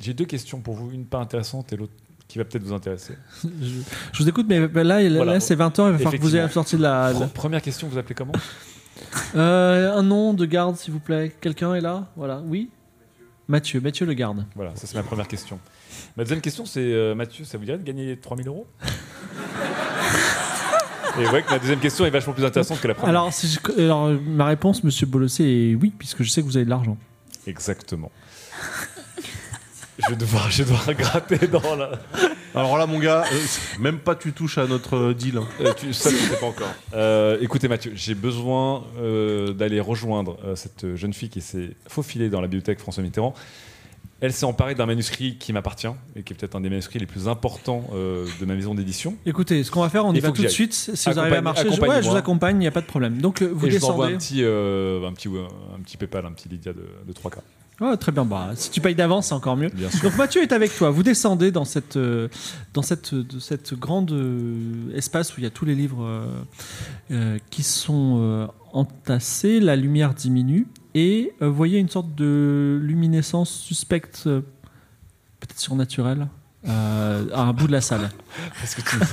Speaker 3: J'ai deux questions pour vous, une pas intéressante et l'autre qui va peut-être vous intéresser.
Speaker 2: [laughs] Je, je vous écoute, mais là, il-
Speaker 3: Voilà.
Speaker 2: là, c'est 20h. Il va falloir que vous ayez
Speaker 3: Effectivement.
Speaker 2: sorti de la.
Speaker 3: Pre- première question, vous appelez comment
Speaker 2: Euh, un nom de garde, s'il vous plaît. Quelqu'un est là Voilà. Oui Mathieu. Mathieu le garde.
Speaker 3: Voilà, ça c'est ma première question. Ma deuxième question, c'est euh, Mathieu, ça vous dirait de gagner 3000 euros Et ouais, que ma deuxième question est vachement plus intéressante que la première.
Speaker 2: Alors, si je- alors, euh, ma réponse, monsieur Bolossé, est oui, puisque je sais que vous avez de l'argent.
Speaker 3: Exactement. je, vais devoir, je vais devoir [laughs] gratter dans la.
Speaker 5: Alors là, mon gars, euh, même pas tu touches à notre euh, deal. hein.
Speaker 3: Euh, tu- ça, tu sais pas encore. Euh, écoutez, Mathieu, j'ai besoin euh, d'aller rejoindre euh, cette jeune fille qui s'est faufilée dans la bibliothèque François Mitterrand. Elle s'est emparée d'un manuscrit qui m'appartient et qui est peut-être un des manuscrits les plus importants euh, de ma maison d'édition.
Speaker 2: Écoutez, ce qu'on va faire, on
Speaker 3: Il
Speaker 2: y va
Speaker 3: faut que
Speaker 2: tout de
Speaker 3: j'y
Speaker 2: suite. Si vous arrivez à
Speaker 3: Accompagne-
Speaker 2: marcher, je,
Speaker 3: accompagne-moi.
Speaker 2: ouais, je vous accompagne, il n'y a pas de problème. Donc, euh, vous
Speaker 3: et je vous envoie
Speaker 2: descendez.
Speaker 3: un petit, euh, un petit, un petit PayPal, un petit Lydia de, de 3K.
Speaker 2: Ah, très bien, bah, si tu payes d'avance, c'est encore mieux.
Speaker 3: Bien sûr.
Speaker 2: [laughs] Donc Mathieu est avec toi. Vous descendez dans cette, euh, dans cette, de cette grande euh, espace où il y a tous les livres euh, euh, qui sont euh, entassés. La lumière diminue et euh, vous voyez une sorte de luminescence suspecte, euh, peut-être surnaturelle, euh, à un bout de la salle.
Speaker 3: Est-ce que tu me-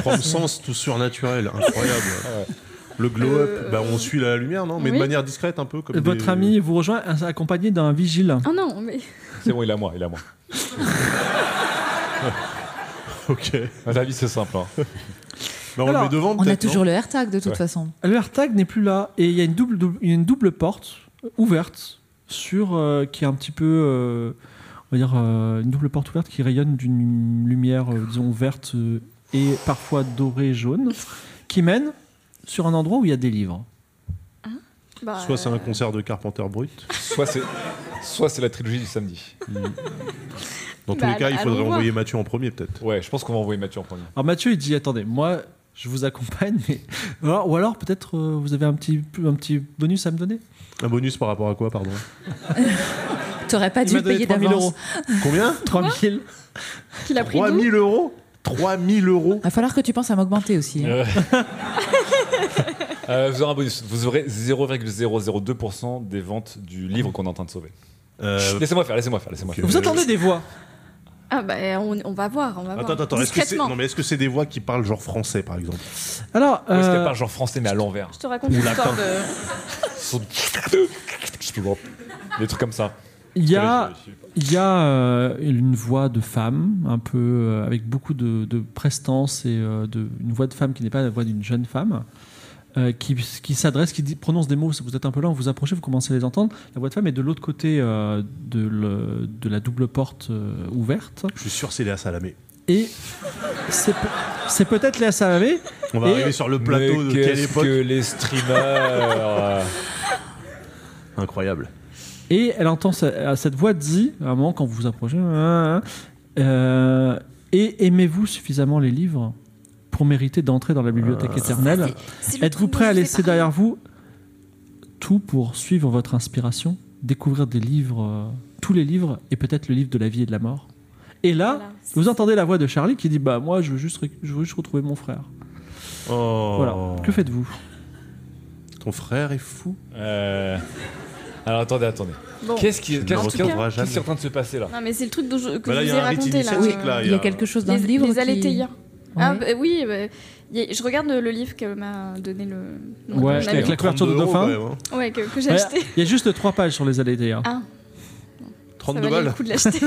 Speaker 5: From sens tout surnaturel, incroyable.
Speaker 3: Ouais.
Speaker 5: Le glow-up, bah on suit la lumière, non Mais de
Speaker 4: oui.
Speaker 5: manière discrète un peu. [laughs] Comme
Speaker 2: Votre
Speaker 5: des-
Speaker 2: ami vous rejoint accompagné d'un vigile.
Speaker 4: Ah non, mais
Speaker 3: C'est bon, il est à moi, il est à moi.
Speaker 5: Ok.
Speaker 3: La vie, c'est simple. hein.
Speaker 5: Bah, on
Speaker 2: Alors,
Speaker 5: le met devant,
Speaker 6: On a
Speaker 5: peut-être,
Speaker 6: toujours
Speaker 5: non
Speaker 6: le AirTag de toute
Speaker 3: Ouais.
Speaker 6: façon.
Speaker 2: Le AirTag n'est plus là et il y a une double, double- il y a une double porte euh, ouverte sur euh, qui est un petit peu euh, on va dire euh, une double porte ouverte qui rayonne d'une lumière euh, disons verte euh, et parfois dorée jaune qui mène sur un endroit où il y a des livres.
Speaker 4: [laughs] bah,
Speaker 5: Soit c'est un concert de Carpenter Brut.
Speaker 3: Soit c'est, soit c'est la trilogie du samedi.
Speaker 5: Dans tous
Speaker 4: Bah,
Speaker 5: les cas, il
Speaker 4: allons
Speaker 5: faudrait
Speaker 4: voir.
Speaker 5: envoyer Mathieu en premier, peut-être.
Speaker 3: Ouais, je pense qu'on va envoyer Mathieu en premier.
Speaker 2: Alors Mathieu il dit attendez moi je vous accompagne mais ou alors, ou alors peut-être euh, vous avez un petit un petit bonus à me donner.
Speaker 5: Un bonus par rapport à quoi, pardon
Speaker 6: T'aurais pas
Speaker 2: Il m'a
Speaker 6: dû
Speaker 2: donné
Speaker 6: Ah, payer
Speaker 2: 3 000
Speaker 6: d'avance.
Speaker 2: euros.
Speaker 5: Combien
Speaker 2: 3000
Speaker 4: Qu'il a pris
Speaker 5: 3000 euros 3000 euros
Speaker 6: Il va falloir que tu penses à m'augmenter aussi. hein.
Speaker 3: Euh, euh, vous aurez un bonus. Vous aurez 0,002% des ventes du livre qu'on est en train de sauver. Chut,
Speaker 5: Euh,
Speaker 3: Laissez-moi faire, laissez-moi faire, laissez-moi
Speaker 5: Ok.
Speaker 3: faire.
Speaker 2: Vous attendez des voix
Speaker 4: Ah bah on, on va voir, on va
Speaker 5: Attends,
Speaker 4: voir.
Speaker 5: attends, attends, est-ce que c'est
Speaker 4: Discrètement.
Speaker 5: non, mais est-ce que c'est des voix qui parlent genre français par exemple
Speaker 2: Alors,
Speaker 3: Où est-ce
Speaker 2: euh,
Speaker 3: qu'elle parle genre français mais
Speaker 2: [laughs]
Speaker 3: à l'envers
Speaker 4: Je te raconte l'histoire de...
Speaker 3: Des trucs comme ça.
Speaker 2: il y a, il y a euh, une voix de femme, un peu euh, avec beaucoup de, de prestance et euh, de, une voix de femme qui n'est pas la voix d'une jeune femme. euh, qui, qui s'adresse, qui dit- prononce des mots, vous êtes un peu là, vous approchez, vous commencez à les entendre. La voix de femme est de l'autre côté euh, de, le- de la double porte euh, ouverte.
Speaker 5: Je suis sûr que c'est Léa Salamé.
Speaker 2: Et c'est pe- c'est peut-être Léa Salamé.
Speaker 5: On va
Speaker 2: Et-
Speaker 5: arriver sur le plateau
Speaker 3: Mais
Speaker 5: de quelle
Speaker 3: qu'est-ce
Speaker 5: époque
Speaker 3: que les euh, streamers
Speaker 5: Incroyable.
Speaker 2: Et elle entend ce- euh, cette voix dit, à un moment quand vous vous approchez, euh, euh, et aimez-vous suffisamment les livres pour mériter d'entrer dans la bibliothèque éternelle
Speaker 4: Euh, C'est le
Speaker 2: Êtes-vous
Speaker 4: truc
Speaker 2: prêt
Speaker 4: dont
Speaker 2: à
Speaker 4: je
Speaker 2: laisser
Speaker 4: fais
Speaker 2: derrière vous tout pour suivre votre inspiration, découvrir des livres, euh, tous les livres, et peut-être le livre de la vie et de la mort Et là,
Speaker 4: Voilà.
Speaker 2: vous entendez la voix de Charlie qui dit, bah moi je veux juste, ré- je veux juste retrouver mon frère.
Speaker 5: Oh.
Speaker 2: Voilà, que faites-vous
Speaker 5: Ton frère est fou.
Speaker 3: Euh, Alors attendez, attendez.
Speaker 4: Bon.
Speaker 3: Qu'est-ce qui,
Speaker 5: ne
Speaker 3: qu'est-ce-
Speaker 5: le retrouvera
Speaker 3: qu'est-ce qui est
Speaker 5: jamais.
Speaker 3: en train de se passer là
Speaker 4: Non mais c'est le truc dont je- que
Speaker 5: Bah là,
Speaker 4: je
Speaker 5: il y
Speaker 4: vous
Speaker 5: a
Speaker 4: ai
Speaker 5: un rite
Speaker 4: raconté là.
Speaker 5: initiatique,
Speaker 4: euh,
Speaker 5: là,
Speaker 6: Ah Il y a quelque chose dans
Speaker 4: les,
Speaker 6: le livre
Speaker 4: les
Speaker 6: qui-
Speaker 4: allétayens. Ah,
Speaker 6: Ouais.
Speaker 4: bah oui, bah, y a- je regarde le livre que m'a donné le. mon-
Speaker 2: Ouais,
Speaker 4: mon
Speaker 2: je
Speaker 4: ami.
Speaker 2: avec la couverture de
Speaker 5: 32 euros,
Speaker 2: dauphin.
Speaker 5: quand même, hein.
Speaker 4: Ouais, que, que j'ai
Speaker 2: Ouais,
Speaker 4: acheté.
Speaker 2: Il y a juste trois pages sur les E allées d'ailleurs.
Speaker 4: Ah, ça
Speaker 5: 32
Speaker 4: valait le
Speaker 5: balles.
Speaker 4: coup de l'acheter.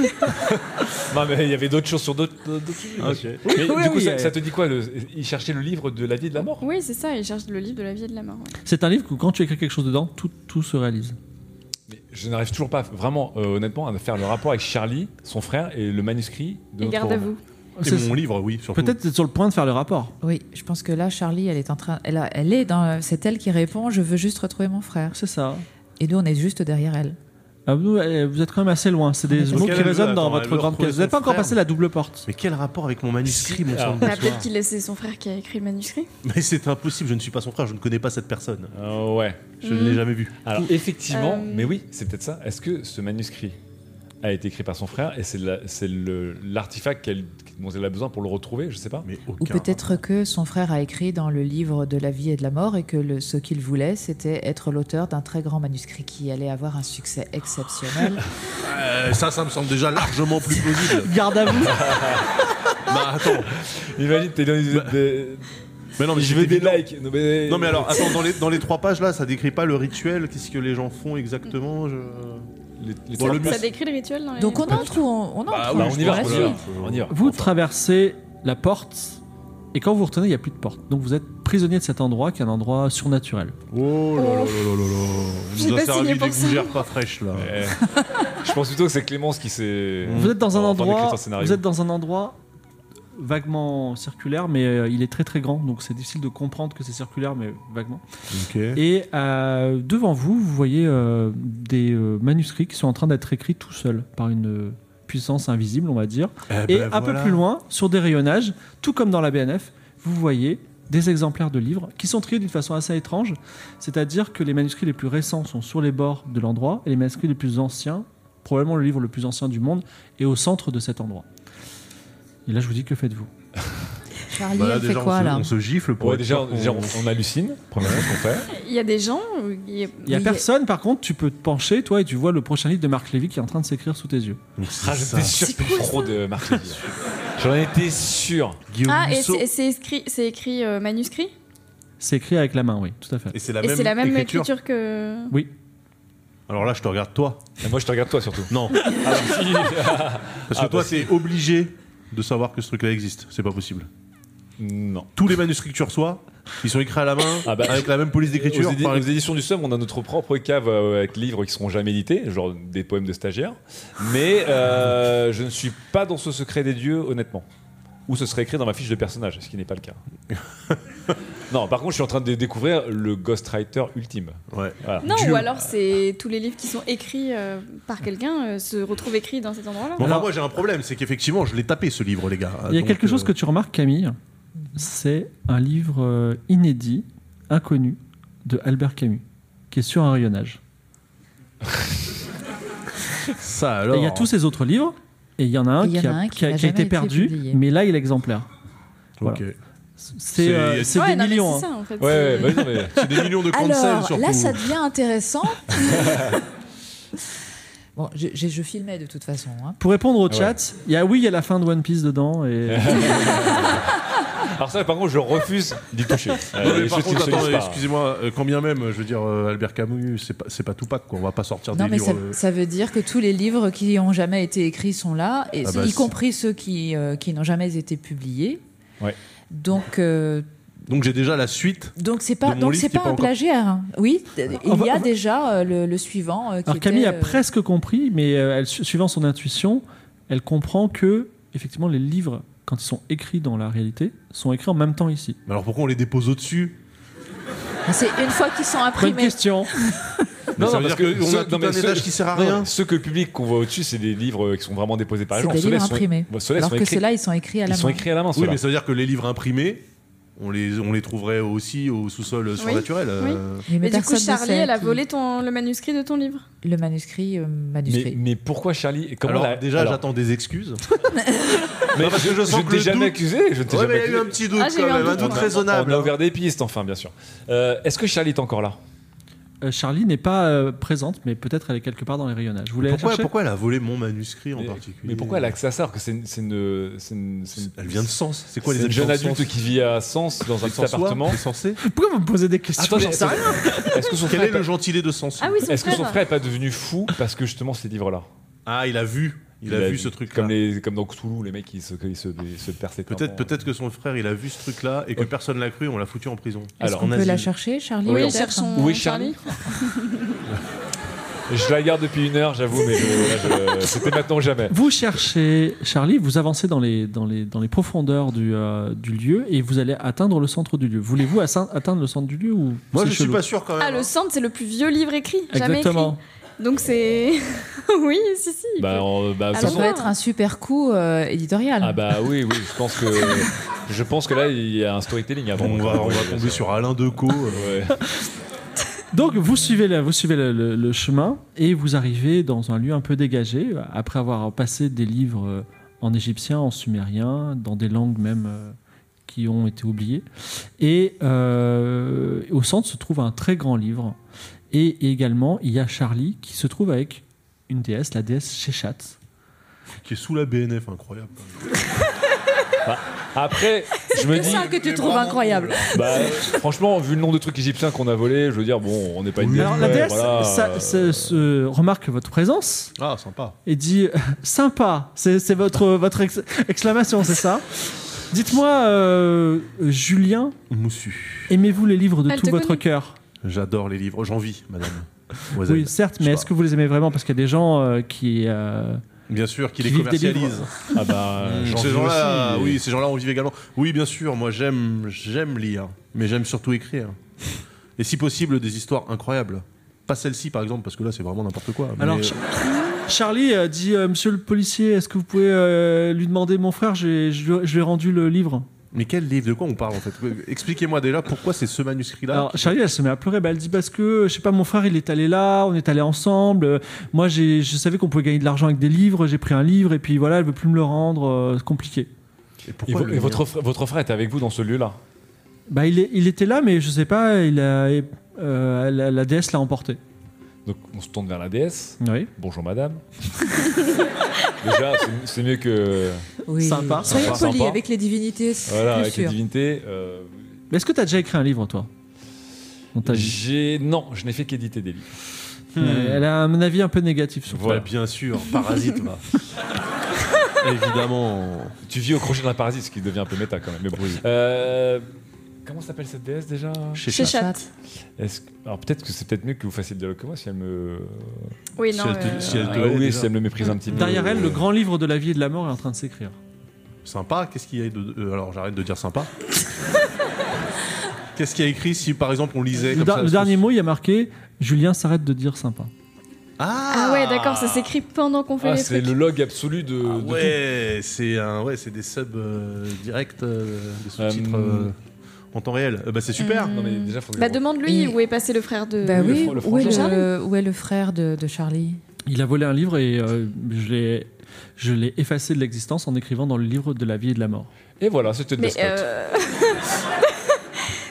Speaker 3: Non mais il y avait d'autres choses sur d'autres. d'autres- d'autres sujets.
Speaker 5: Ok.
Speaker 3: Mais
Speaker 2: Oui,
Speaker 3: du coup,
Speaker 2: oui,
Speaker 3: ça,
Speaker 2: euh.
Speaker 3: ça te dit quoi le... Il cherchait le livre de la vie et de la mort
Speaker 4: oui, c'est ça, il cherche le livre de la vie et de la mort. ouais.
Speaker 2: C'est un livre que quand tu écris quelque chose dedans, tout, tout se réalise.
Speaker 3: Mais Je n'arrive toujours pas, vraiment, euh, honnêtement, à faire le rapport avec Charlie, son frère et le manuscrit de
Speaker 4: Et
Speaker 3: notre
Speaker 4: garde à
Speaker 3: roman.
Speaker 4: vous.
Speaker 5: Et
Speaker 2: C'est-
Speaker 5: mon livre, oui, surtout.
Speaker 2: Peut-être c'est sur le point de faire le rapport.
Speaker 6: Oui, je pense que là, Charlie, elle est en train. Elle, a- elle est dans. C'est elle qui répond. Je veux juste retrouver mon frère.
Speaker 2: C'est ça.
Speaker 6: Et nous, on est juste derrière elle.
Speaker 2: Ah, vous, euh, vous êtes quand même assez loin. C'est des
Speaker 6: Ok,
Speaker 2: mots
Speaker 5: elle
Speaker 2: qui
Speaker 5: veut-
Speaker 2: résonnent dans
Speaker 5: attends, elle
Speaker 2: votre
Speaker 5: veut
Speaker 2: grande
Speaker 5: retrouver
Speaker 2: pièce. Vous n'êtes
Speaker 5: son
Speaker 2: pas encore
Speaker 5: frère.
Speaker 2: passé la double porte.
Speaker 5: Mais quel rapport avec mon manuscrit, mon sang de
Speaker 4: Bah,
Speaker 5: bonsoir
Speaker 4: Peut-être qu'il laissait son frère qui a écrit le manuscrit.
Speaker 5: Mais c'est impossible, je ne suis pas son frère, je ne connais pas cette personne.
Speaker 3: Ah ouais.
Speaker 5: Je
Speaker 4: Mmh.
Speaker 5: ne l'ai jamais vu.
Speaker 3: Alors effectivement,
Speaker 4: Euh.
Speaker 3: mais oui, c'est peut-être ça. Est-ce que ce manuscrit a été écrit par son frère et c'est la- c'est le- l'artefact qu'elle- dont elle a besoin pour le retrouver Je sais pas.
Speaker 5: Mais
Speaker 6: Ou
Speaker 5: aucun.
Speaker 6: peut-être que son frère a écrit dans le livre de la vie et de la mort et que le- ce qu'il voulait, c'était être l'auteur d'un très grand manuscrit qui allait avoir un succès exceptionnel.
Speaker 5: Euh, ça, ça me semble déjà largement plus plausible.
Speaker 2: Garde à vous.
Speaker 5: bah attends.
Speaker 3: [laughs] Imagine, t'es dans des- des-
Speaker 5: Mais non, mais
Speaker 3: je
Speaker 5: c'est
Speaker 3: veux des
Speaker 5: évident.
Speaker 3: likes. Non mais,
Speaker 5: Non mais alors, attends, dans les, dans les trois pages là, ça décrit pas le rituel, qu'est-ce que les gens font exactement je...
Speaker 3: Les- les-
Speaker 5: Bon, le mieux,
Speaker 4: Ça décrit le rituel dans les.
Speaker 6: Donc on entre ou on, on entre
Speaker 5: Bah,
Speaker 6: ou
Speaker 5: oui,
Speaker 3: Bah, on y va,
Speaker 5: je
Speaker 3: on
Speaker 5: pense
Speaker 3: y
Speaker 5: que
Speaker 3: va,
Speaker 5: là,
Speaker 3: on y va.
Speaker 2: Vous traversez la porte et quand vous retenez, il n'y a plus de porte. Donc vous êtes prisonnier de cet endroit qui est un endroit surnaturel.
Speaker 5: Oh là là là là là là.
Speaker 4: J'ai
Speaker 5: On nous a
Speaker 4: pas signé
Speaker 5: servi des
Speaker 4: pour ça.
Speaker 5: gougères pas fraîches là.
Speaker 3: Euh, [laughs] je pense plutôt que c'est Clémence qui s'est.
Speaker 2: Vous êtes dans un
Speaker 3: en train d'écrire
Speaker 2: endroit.
Speaker 3: son scénario.
Speaker 2: Vous êtes dans un endroit vaguement circulaire, mais euh, il est très très grand, donc c'est difficile de comprendre que c'est circulaire, mais vaguement.
Speaker 5: Ok.
Speaker 2: Et euh, devant vous, vous voyez euh, des euh, manuscrits qui sont en train d'être écrits tout seuls par une euh, puissance invisible, on va dire.
Speaker 5: Eh ben,
Speaker 2: Et un peu plus loin, sur des rayonnages, tout comme dans la BNF, vous voyez des exemplaires de livres qui sont triés d'une façon assez étrange. C'est-à-dire que les manuscrits les plus récents sont sur les bords de l'endroit et les manuscrits les plus anciens, probablement le livre le plus ancien du monde, est au centre de cet endroit. Et là, je vous dis, que faites-vous
Speaker 6: Charlie,
Speaker 5: Bah, là,
Speaker 6: elle fait
Speaker 5: déjà, on,
Speaker 6: quoi
Speaker 5: se,
Speaker 6: là
Speaker 5: on se gifle pour
Speaker 3: Ouais,
Speaker 5: être
Speaker 3: déjà,
Speaker 5: sûr qu'on-
Speaker 3: déjà, on, on hallucine. Première chose qu'on fait.
Speaker 4: Il y a des gens. où il y a-
Speaker 2: Il n'y a
Speaker 6: Oui.
Speaker 2: personne, par contre, tu peux te pencher, toi, et tu vois le prochain livre de Marc Lévy qui est en train de s'écrire sous tes yeux.
Speaker 5: Donc, c'est
Speaker 3: Ah,
Speaker 5: ça.
Speaker 3: j'étais sûr que c'était trop de Marc Lévy. J'en étais sûr.
Speaker 5: Guillaume
Speaker 4: Ah, et
Speaker 5: Musso.
Speaker 4: c'est- et c'est écrit, c'est écrit euh, manuscrit
Speaker 2: C'est écrit avec la main, oui, tout à fait.
Speaker 5: Et c'est la,
Speaker 4: Et
Speaker 5: même
Speaker 4: c'est la même
Speaker 5: écriture.
Speaker 4: écriture que.
Speaker 2: Oui.
Speaker 5: Alors là, je te regarde toi.
Speaker 3: Et moi, je te regarde toi surtout.
Speaker 5: Non. Parce que
Speaker 3: Ah,
Speaker 5: toi,
Speaker 3: bah,
Speaker 5: t'es obligé de savoir que ce truc-là existe. C'est pas possible.
Speaker 3: Non.
Speaker 5: Tous les manuscrits que tu reçois, ils sont écrits à la main,
Speaker 3: Ah bah,
Speaker 5: avec la même police d'écriture.
Speaker 3: Aux, édi-
Speaker 5: par
Speaker 3: aux éditions du Somme, on a notre propre cave euh, avec livres qui seront jamais édités, genre des poèmes de stagiaires. Mais euh, je ne suis pas dans ce secret des dieux, honnêtement. Ou ce serait écrit dans ma fiche de personnage, ce qui n'est pas le cas.
Speaker 5: [laughs]
Speaker 3: non, par contre, je suis en train de découvrir le ghostwriter ultime.
Speaker 5: Ouais.
Speaker 3: Voilà.
Speaker 4: Non,
Speaker 5: Dieu.
Speaker 4: ou alors c'est tous les livres qui sont écrits euh, par quelqu'un euh, se retrouvent écrits dans cet endroit-là.
Speaker 5: Bon, enfin,
Speaker 2: Alors-
Speaker 5: moi, j'ai un problème, c'est qu'effectivement, je l'ai tapé ce livre, les gars.
Speaker 2: Il y a
Speaker 5: Donc,
Speaker 2: quelque chose
Speaker 5: euh,
Speaker 2: que tu remarques, Camille. C'est un livre euh, inédit, inconnu, de Albert Camus, qui est sur un rayonnage.
Speaker 5: Ça
Speaker 2: Et
Speaker 5: alors.
Speaker 2: Il y a tous ces autres livres, et il y en a un
Speaker 6: Et il y
Speaker 2: qui
Speaker 6: en a
Speaker 2: a
Speaker 6: un qui
Speaker 2: qui a-
Speaker 6: n'a
Speaker 2: qui a
Speaker 6: jamais
Speaker 2: été
Speaker 6: été
Speaker 2: perdu,
Speaker 6: publié.
Speaker 2: mais là, il est exemplaire.
Speaker 5: Ok.
Speaker 2: C'est
Speaker 5: C'est-
Speaker 2: euh, c'est
Speaker 4: Ouais,
Speaker 2: des
Speaker 4: non, mais
Speaker 2: millions.
Speaker 4: C'est
Speaker 2: hein.
Speaker 4: ça, en fait.
Speaker 3: Ouais, ouais,
Speaker 4: c'est-
Speaker 3: bah, non, mais-
Speaker 5: C'est des millions de cancels
Speaker 6: Alors,
Speaker 5: surtout.
Speaker 6: là, ça devient intéressant. [laughs] bon, je, je- je filmais de toute façon. hein.
Speaker 2: Pour répondre au
Speaker 5: Ah
Speaker 3: Ouais.
Speaker 2: chat, il y a oui, il y a la fin de One Piece dedans,
Speaker 5: [laughs]
Speaker 2: et
Speaker 3: [laughs] Alors ça, par contre, je refuse d'y toucher. Euh,
Speaker 5: Non, mais
Speaker 3: les
Speaker 5: par
Speaker 3: choses qui
Speaker 5: contre,
Speaker 3: ne se
Speaker 5: attends,
Speaker 3: disent pas.
Speaker 5: excusez-moi, euh, quand bien même, je veux dire, euh, Albert Camus, c'est pas, c'est pas Tupac, quoi. On va pas sortir
Speaker 6: Non,
Speaker 5: des
Speaker 6: mais
Speaker 5: livres.
Speaker 6: ça,
Speaker 5: euh,
Speaker 6: ça veut dire que tous les livres qui n'ont jamais été écrits sont là, et
Speaker 5: Ah bah,
Speaker 6: y
Speaker 5: c'est-
Speaker 6: compris ceux qui, euh, qui n'ont jamais été publiés.
Speaker 3: Ouais.
Speaker 6: Donc, euh,
Speaker 5: Donc j'ai déjà la suite.
Speaker 6: donc c'est pas,
Speaker 5: De mon
Speaker 6: donc
Speaker 5: livre
Speaker 6: c'est
Speaker 5: qui est
Speaker 6: pas,
Speaker 5: pas
Speaker 6: un
Speaker 5: encore- Ah, bah,
Speaker 6: plagiat. hein. Oui, il
Speaker 2: On va-
Speaker 6: y a
Speaker 2: on va-
Speaker 6: déjà euh, le, le suivant. euh, qui
Speaker 2: Alors Camille
Speaker 6: était,
Speaker 2: a
Speaker 6: euh,
Speaker 2: presque compris, mais euh, elle, su- suivant son intuition, elle comprend que effectivement les livres, quand ils sont écrits dans la réalité, sont écrits en même temps ici.
Speaker 5: Mais alors pourquoi on les dépose au-dessus
Speaker 6: euh, C'est une fois qu'ils sont
Speaker 2: Bonne
Speaker 6: imprimés.
Speaker 2: question.
Speaker 5: Mais ça veut
Speaker 3: parce
Speaker 5: dire
Speaker 3: que
Speaker 5: qu'on
Speaker 3: ceux-
Speaker 5: a tout
Speaker 3: non, mais
Speaker 5: un
Speaker 3: ceux-
Speaker 5: étage qui sert à
Speaker 3: non,
Speaker 5: rien.
Speaker 3: non, Ceux que le public qu'on voit au-dessus, c'est des livres euh, qui sont vraiment déposés par les
Speaker 6: C'est
Speaker 3: gens.
Speaker 6: des
Speaker 3: Ceux-là
Speaker 6: livres
Speaker 3: sont-
Speaker 6: imprimés.
Speaker 3: Bah, Ceux-là
Speaker 6: Alors
Speaker 3: sont
Speaker 6: que
Speaker 3: écrits.
Speaker 6: ceux-là, ils sont écrits à la
Speaker 3: Ils
Speaker 6: main.
Speaker 3: sont écrits à la main,
Speaker 5: Oui,
Speaker 3: ceux-là.
Speaker 5: mais ça veut dire que les livres imprimés, on les, on les trouverait aussi au sous-sol surnaturel. euh.
Speaker 6: Mais,
Speaker 4: Mais du
Speaker 6: personne
Speaker 4: coup,
Speaker 6: ne
Speaker 4: Charlie,
Speaker 6: sait
Speaker 4: elle a
Speaker 6: qui-
Speaker 4: volé ton, le manuscrit de ton livre.
Speaker 6: le manuscrit. euh,
Speaker 3: Mais,
Speaker 6: manuscrit.
Speaker 3: mais pourquoi Charlie et comment
Speaker 5: alors
Speaker 3: la-
Speaker 5: déjà,
Speaker 3: alors,
Speaker 5: j'attends des
Speaker 3: [laughs]
Speaker 5: excuses.
Speaker 3: mais
Speaker 5: Non, parce que je sens
Speaker 3: ne
Speaker 5: que
Speaker 3: t'ai
Speaker 5: le
Speaker 3: jamais
Speaker 5: doute-
Speaker 3: accusé. Je ne t'ai
Speaker 5: Ouais,
Speaker 3: jamais
Speaker 5: mais il y
Speaker 3: accusé.
Speaker 5: a eu un petit doute
Speaker 4: Ah, j'ai eu
Speaker 5: quand
Speaker 4: un
Speaker 5: même, un
Speaker 4: doute,
Speaker 5: doute
Speaker 4: moi.
Speaker 5: raisonnable.
Speaker 3: On a
Speaker 5: hein.
Speaker 3: ouvert des pistes, enfin, bien sûr. Euh, Est-ce que Charlie est encore là
Speaker 2: Euh, Charlie n'est pas euh, présente, mais peut-être elle est quelque part dans les rayonnages. Vous voulez la
Speaker 5: Pourquoi,
Speaker 2: chercher
Speaker 5: pourquoi elle a volé mon manuscrit en
Speaker 3: Mais-
Speaker 5: particulier
Speaker 3: Mais pourquoi elle a accès à ça alors que c'est une- c'est une, c'est une- c'est une-
Speaker 5: Elle vient de Sens. C'est quoi
Speaker 3: c'est
Speaker 5: les
Speaker 3: une jeune adulte qui vit à Sens dans un petit appartement.
Speaker 5: C'est censé
Speaker 2: Pourquoi vous me posez des questions
Speaker 3: Attends, j'en sais rien. Est-ce que son
Speaker 5: Quel
Speaker 3: frère
Speaker 5: est
Speaker 3: est
Speaker 5: le gentilé de Sens
Speaker 4: Ah oui, son
Speaker 3: Est-ce que son
Speaker 4: frère.
Speaker 3: frère est pas devenu fou parce que justement ces livres-là
Speaker 5: Ah, il a vu. Il, a, vu ce truc
Speaker 3: Comme, les, Ah comme dans Cthulhu, les mecs ils se, ils se, ils se perçaient.
Speaker 5: Peut-être peut-être que son frère, il a vu ce truc-là et que personne l'a cru, on l'a foutu en prison.
Speaker 6: Est-ce
Speaker 3: alors,
Speaker 6: qu'on
Speaker 5: En
Speaker 6: peut la
Speaker 5: asile.
Speaker 6: chercher, Charlie
Speaker 3: Oui,
Speaker 4: Oui,
Speaker 3: on-
Speaker 4: elle cherche son
Speaker 3: Où est
Speaker 4: Charlie.
Speaker 3: Je la garde depuis une heure, j'avoue, mais je- là, je- c'était maintenant ou jamais.
Speaker 2: Vous cherchez Charlie, vous avancez dans les, dans les, dans les profondeurs du, euh, du lieu et vous allez atteindre le centre du lieu. Voulez-vous assein- atteindre le centre du lieu ou
Speaker 5: Moi,
Speaker 2: c'est
Speaker 5: je suis
Speaker 2: chelou
Speaker 5: pas sûr quand même. hein.
Speaker 4: Ah, le centre, c'est le plus vieux livre écrit. Jamais
Speaker 2: Exactement.
Speaker 4: écrit. Donc c'est. [laughs] oui, si, si. il
Speaker 3: Bah,
Speaker 4: peut-
Speaker 3: on- bah, de toute
Speaker 6: Ça
Speaker 4: Alors,
Speaker 6: peut
Speaker 3: façon-
Speaker 4: on-
Speaker 6: être un super coup euh, éditorial.
Speaker 3: ah bah oui, oui, je pense que je pense que là il y a un storytelling avant.
Speaker 5: on va, on va tomber sur Alain Decaux. euh,
Speaker 3: Ouais.
Speaker 2: Donc vous suivez, la- vous suivez le, le- le chemin et vous arrivez dans un lieu un peu dégagé après avoir passé des livres euh, en égyptien, en sumérien, dans des langues même euh, qui ont été oubliées. Et euh, au centre se trouve un très grand livre. Et également, il y a Charlie qui se trouve avec une déesse, la déesse Shechat.
Speaker 5: qui est sous la BNF, incroyable.
Speaker 3: Après, je me
Speaker 6: C'est
Speaker 3: dis,
Speaker 6: ça que tu trouves incroyable.
Speaker 3: bah, franchement, vu le nombre de trucs égyptiens qu'on a volés, je veux dire, bon, on n'est pas une
Speaker 2: Alors la
Speaker 3: ouais,
Speaker 2: déesse
Speaker 3: voilà,
Speaker 2: ça-
Speaker 3: euh,
Speaker 2: ça- se remarque votre présence
Speaker 5: Ah, sympa.
Speaker 2: et dit [laughs] sympa. C'est c'est votre votre ex- exclamation, c'est ça. Dites-moi, euh, Julien,
Speaker 5: Moussu.
Speaker 2: aimez-vous les livres de
Speaker 4: Elle
Speaker 2: tout
Speaker 4: te
Speaker 2: votre
Speaker 4: connaît.
Speaker 2: cœur
Speaker 5: J'adore les livres. J'en vis, madame. Demoiselle.
Speaker 2: Oui, certes,
Speaker 5: Je
Speaker 2: mais
Speaker 5: sais
Speaker 2: est-ce
Speaker 5: pas.
Speaker 2: que vous les aimez vraiment Parce qu'il y a des gens euh, qui. euh,
Speaker 5: Bien sûr, qui
Speaker 2: Qui
Speaker 5: les
Speaker 2: vivent des
Speaker 5: commercialise.
Speaker 2: livres.
Speaker 3: Ah bah, j'en
Speaker 5: Hmm, ces
Speaker 3: vis
Speaker 5: gens-là,
Speaker 3: aussi, mais-
Speaker 5: Mm, oui, ces gens-là, on vit également. Oui, bien sûr. Moi, j'aime, j'aime lire, mais j'aime surtout écrire. Et si possible, des histoires incroyables. Pas celle-ci, par exemple, parce que là, c'est vraiment n'importe quoi. mais-
Speaker 2: Alors, Cha- Charlie euh, dit euh, Monsieur le policier, est-ce que vous pouvez euh, lui demander mon frère j'ai- Je lui- je lui ai rendu le livre.
Speaker 5: Mais quel livre De quoi on parle en fait Expliquez-moi déjà pourquoi c'est ce manuscrit-là.
Speaker 2: Alors Charlie, elle se met à pleurer. Bah, elle dit parce que je sais pas, mon frère, il est allé là, on est allé ensemble. Euh, moi, j'ai- je savais qu'on pouvait gagner de l'argent avec des livres. J'ai pris un livre et puis voilà, elle veut plus me le rendre. euh, c'est compliqué.
Speaker 5: Et
Speaker 3: Et,
Speaker 5: pourquoi
Speaker 3: vo-
Speaker 5: le
Speaker 3: et
Speaker 5: mien
Speaker 3: votre, frère, votre frère était avec vous dans ce lieu-là
Speaker 2: Bah, il, est- il était là, mais je sais pas, il a, euh, la, la déesse l'a emporté.
Speaker 3: Donc on se tourne vers la déesse.
Speaker 2: Oui.
Speaker 3: Bonjour madame. [laughs] Déjà, c'est- c'est mieux que
Speaker 6: Oui.
Speaker 2: Sympa.
Speaker 6: Soyez
Speaker 3: Sympa,
Speaker 6: polis
Speaker 3: sympa.
Speaker 6: avec les divinités, c'est
Speaker 3: voilà,
Speaker 6: plus
Speaker 3: avec les
Speaker 6: sûr.
Speaker 3: divinités. euh,
Speaker 2: Mais est-ce que t'as déjà écrit un livre, toi Dans ta vie
Speaker 3: j'ai non, je n'ai fait qu'éditer des livres.
Speaker 2: Euh, Elle a un avis un peu négatif sur
Speaker 5: Bah,
Speaker 3: Voilà.
Speaker 5: bien sûr, parasite, va. Évidemment.
Speaker 3: Tu vis au crochet d'un parasite, ce qui devient un peu méta quand même. Mais bon. Euh, comment s'appelle cette déesse déjà
Speaker 4: Chez Chat.
Speaker 3: Est-ce que- Alors peut-être que c'est peut-être mieux que vous fassiez le dialogue que moi si elle me.
Speaker 4: Oui, non.
Speaker 5: Si elle te-
Speaker 4: euh,
Speaker 5: si elle-
Speaker 3: Ah
Speaker 5: connaît
Speaker 3: oui,
Speaker 5: déjà.
Speaker 3: si elle me méprise un petit
Speaker 2: toi.
Speaker 3: peu.
Speaker 2: Derrière elle, le
Speaker 3: euh,
Speaker 2: grand livre de la vie et de la mort est en train de s'écrire.
Speaker 5: Sympa, qu'est-ce qu'il y a de. euh, alors j'arrête de dire sympa. qu'est-ce qu'il y a écrit si par exemple on lisait.
Speaker 2: Le,
Speaker 5: comme
Speaker 2: da-
Speaker 5: ça,
Speaker 2: le
Speaker 5: ce-
Speaker 2: dernier mot, il y a marqué Julien s'arrête de dire sympa.
Speaker 5: Ah,
Speaker 4: Ah ouais, d'accord, ça s'écrit pendant qu'on fait
Speaker 3: Ah,
Speaker 4: les
Speaker 3: c'est
Speaker 4: trucs.
Speaker 3: le log absolu de.
Speaker 5: Ah
Speaker 3: de
Speaker 5: ouais, c'est un, ouais, c'est des subs euh, directs, euh, des sous-titres
Speaker 3: Euh,
Speaker 5: euh, en temps réel. Euh, bah
Speaker 4: Mm.
Speaker 5: c'est super.
Speaker 3: tout. Non mais déjà, faut que
Speaker 4: Bah
Speaker 3: je-
Speaker 4: demande-lui
Speaker 6: Et-
Speaker 4: où est passé le frère de.
Speaker 6: Bah
Speaker 3: Oui, le
Speaker 6: oui,
Speaker 3: fr- le
Speaker 6: où, est
Speaker 3: frangin.
Speaker 6: le, où est le frère de, de Charlie
Speaker 2: Il a volé un livre et euh, je l'ai- je l'ai effacé de l'existence en écrivant dans le livre de la vie et de la mort.
Speaker 3: Et voilà, c'était de la
Speaker 4: Mais.
Speaker 3: Scott.
Speaker 4: euh,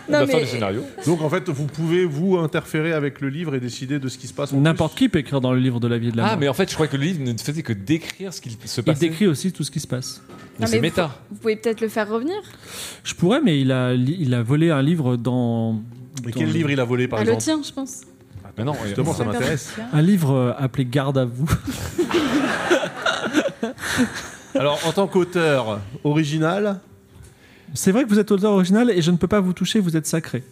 Speaker 3: On va
Speaker 4: non,
Speaker 3: faire le
Speaker 4: mais.
Speaker 3: scénario.
Speaker 5: Donc en fait, vous pouvez vous interférer avec le livre et décider de ce qui se passe. en
Speaker 2: N'importe
Speaker 5: plus.
Speaker 2: qui peut écrire dans le livre de la vie et de la
Speaker 3: Ah,
Speaker 2: mort.
Speaker 3: mais en fait, je crois que le livre ne faisait que décrire ce qu'il se
Speaker 2: Il
Speaker 3: passait.
Speaker 2: décrit aussi tout ce qui se passe.
Speaker 3: Mais
Speaker 4: Non,
Speaker 3: c'est
Speaker 4: mais
Speaker 3: méta.
Speaker 4: Vous pouvez peut-être le faire revenir
Speaker 2: Je pourrais, mais il a, li- il a volé un livre dans.
Speaker 5: Mais quel livre il a volé par
Speaker 4: Ah, Le
Speaker 5: exemple
Speaker 4: tien, je pense.
Speaker 3: Bah, Mais non,
Speaker 5: Justement, ça m'intéresse.
Speaker 2: Un livre euh, appelé Garde à vous.
Speaker 5: [laughs] Alors en tant qu'auteur original,
Speaker 2: C'est vrai que vous êtes auteur original et je ne peux pas vous toucher, vous êtes sacré.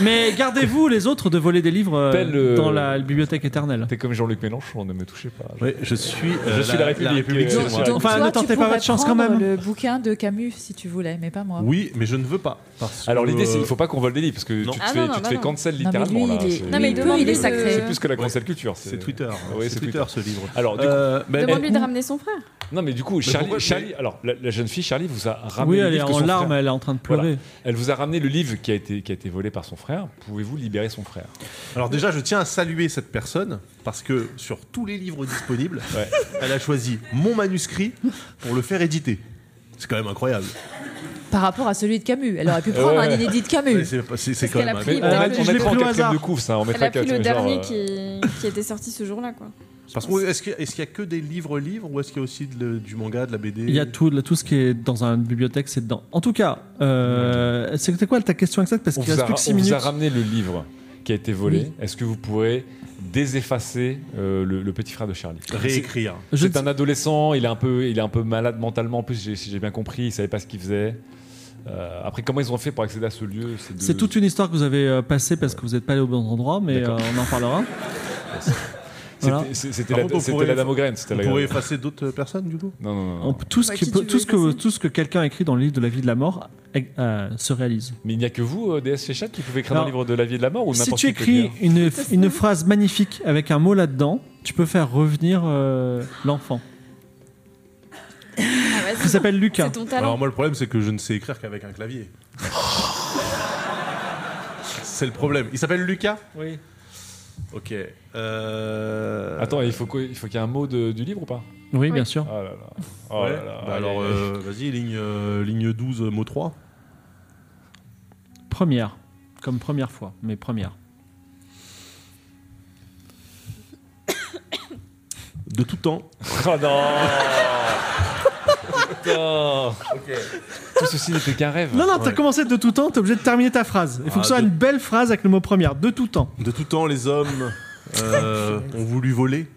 Speaker 2: mais gardez-vous les autres de voler des livres euh,
Speaker 3: Tel, euh,
Speaker 2: dans la bibliothèque éternelle.
Speaker 3: T'es comme Jean-Luc Mélenchon, ne me touchez pas.
Speaker 5: ouais, je suis,
Speaker 3: Je suis la République, euh,
Speaker 5: c'est
Speaker 3: donc-
Speaker 5: moi.
Speaker 2: Enfin,
Speaker 6: toi,
Speaker 2: ne tentez
Speaker 6: tu
Speaker 2: pas votre
Speaker 6: pourrais
Speaker 2: chance quand
Speaker 6: prendre
Speaker 2: même.
Speaker 6: Le bouquin de Camus, si tu voulais, mais pas moi.
Speaker 5: Oui, mais je ne veux pas. parce
Speaker 3: Alors
Speaker 5: que-
Speaker 3: l'idée, c'est qu'il faut pas qu'on vole des livres parce que
Speaker 5: Non.
Speaker 3: tu te
Speaker 4: Ah
Speaker 3: fais,
Speaker 4: non,
Speaker 3: tu
Speaker 4: non,
Speaker 3: te
Speaker 4: bah
Speaker 3: fais
Speaker 4: non.
Speaker 3: cancel
Speaker 6: Non, mais
Speaker 3: littéralement.
Speaker 6: lui,
Speaker 3: là.
Speaker 6: il
Speaker 3: C'est-
Speaker 6: est,
Speaker 4: Non, mais il
Speaker 6: il peut,
Speaker 4: demande
Speaker 6: il est
Speaker 4: de-
Speaker 6: sacré.
Speaker 3: C'est plus que la cancel culture.
Speaker 5: C'est Twitter.
Speaker 3: Oui,
Speaker 5: c'est
Speaker 3: c'est
Speaker 5: Twitter ce livre.
Speaker 3: Alors du coup,
Speaker 5: Euh, mais-
Speaker 4: Demande-lui de ramener son frère.
Speaker 3: non mais du coup, Charlie,
Speaker 5: pourquoi-
Speaker 3: Charlie- alors la, la jeune fille Charlie vous a ramené
Speaker 2: Oui,
Speaker 3: le
Speaker 2: elle est
Speaker 3: livre que
Speaker 2: en
Speaker 3: son
Speaker 2: larmes,
Speaker 3: frère-
Speaker 2: elle est en train de pleurer.
Speaker 3: Elle vous a ramené le livre qui a été qui a été volé par son frère. Pouvez-vous libérer son frère
Speaker 5: Alors déjà, je tiens à saluer cette personne parce que sur tous les livres disponibles,
Speaker 3: [laughs] Ouais.
Speaker 5: elle a choisi mon manuscrit pour le faire éditer. C'est quand même incroyable.
Speaker 6: Par rapport à celui de Camus. Elle aurait pu prendre
Speaker 3: Ouais.
Speaker 6: un inédit
Speaker 5: Mais
Speaker 6: de Camus.
Speaker 5: C'est c'est- c'est
Speaker 4: Parce
Speaker 5: quand
Speaker 4: qu'elle
Speaker 5: même
Speaker 4: a pris-
Speaker 5: incroyable.
Speaker 3: on
Speaker 4: Euh,
Speaker 3: met-
Speaker 2: je
Speaker 3: on
Speaker 2: l'ai
Speaker 3: mettra en
Speaker 2: pris au
Speaker 3: quatrième
Speaker 2: hasard.
Speaker 3: de couvre ça. On
Speaker 4: Elle
Speaker 3: mettra
Speaker 4: a pris le
Speaker 3: quatrième, genre,
Speaker 4: dernier
Speaker 3: euh,
Speaker 4: qui, qui était sorti ce jour-là, quoi.
Speaker 5: Parce qu'on- est-ce qu'il y, a- est-ce qu'il y a que des livres livres ou est-ce qu'il y a aussi de- du manga, de la BD
Speaker 2: Il y a tout, tout ce qui est dans une bibliothèque, c'est dedans. En tout cas, euh, c'était quoi ta question exacte Parce
Speaker 3: On
Speaker 2: qu'il
Speaker 3: vous,
Speaker 2: reste
Speaker 3: a,
Speaker 2: plus que 6
Speaker 3: on vous
Speaker 2: minutes.
Speaker 3: a ramené le livre qui a été volé. Est-ce que vous pourrez déseffacer euh, le, le petit frère de Charlie
Speaker 5: Réécrire.
Speaker 2: Je
Speaker 3: C'est un adolescent, il est un peu, il est un peu malade mentalement. En plus, j'ai- si j'ai bien compris, il savait pas ce qu'il faisait. Euh, après, comment ils ont fait pour accéder à ce lieu de-
Speaker 2: C'est toute une histoire que vous avez euh, passée parce que vous n'êtes pas allé au bon endroit, mais
Speaker 3: D'accord.
Speaker 2: euh, on en parlera.
Speaker 3: C'était
Speaker 2: voilà.
Speaker 3: c'est- c'était
Speaker 5: Par
Speaker 3: la,
Speaker 5: contre, on
Speaker 3: c'était
Speaker 5: pourrait-
Speaker 3: la dame au grain, c'était
Speaker 5: On
Speaker 3: la-
Speaker 5: pourrait effacer d'autres euh, personnes du coup
Speaker 3: Non, non, non, non.
Speaker 2: On peut- tout, ce
Speaker 4: Bah,
Speaker 2: qui
Speaker 4: qui
Speaker 2: peut-
Speaker 4: tu
Speaker 2: tout,
Speaker 4: veux
Speaker 2: ce que,
Speaker 4: effacer
Speaker 2: tout ce que quelqu'un écrit dans le livre de la vie de la mort euh, se réalise.
Speaker 3: Mais il n'y a que vous, euh, DS Chéchat, qui pouvez écrire dans le
Speaker 2: Alors,
Speaker 3: livre de la vie et de la mort ou
Speaker 2: Si
Speaker 3: n'importe
Speaker 2: tu
Speaker 3: qui peut le
Speaker 2: écris
Speaker 3: dire
Speaker 2: une, une phrase magnifique avec un mot là-dedans, tu peux faire revenir euh, l'enfant
Speaker 4: Ah, vas-y,
Speaker 2: qui s'appelle Lucas.
Speaker 4: c'est ton
Speaker 5: Alors
Speaker 4: talent.
Speaker 5: moi le problème c'est que je ne sais écrire qu'avec un clavier. [laughs] c'est le problème. Il s'appelle Lucas
Speaker 2: Oui.
Speaker 5: Ok. Euh,
Speaker 3: Attends, il faut quoi- il faut qu'il y ait un mot de- du livre ou pas
Speaker 2: Oui,
Speaker 4: Oui.
Speaker 2: bien sûr.
Speaker 3: Oh là là. Oh
Speaker 5: Ouais.
Speaker 3: là là.
Speaker 5: Bah
Speaker 3: Aïe,
Speaker 5: alors,
Speaker 3: aïe, aïe.
Speaker 5: euh, vas-y, ligne, euh, ligne 12, euh, mot 3.
Speaker 2: Première. Comme première fois, mais première.
Speaker 5: De tout temps.
Speaker 3: [laughs] Oh
Speaker 5: [laughs]
Speaker 3: non Putain Tout ceci n'était qu'un rêve.
Speaker 2: Non, non, t'as
Speaker 5: Ouais.
Speaker 2: commencé de tout temps, t'es obligé de terminer ta phrase. Il faut
Speaker 5: Ah,
Speaker 2: que ce soit
Speaker 5: de-
Speaker 2: une belle phrase avec le mot première, de tout temps.
Speaker 5: De tout temps, les hommes euh, ont voulu voler.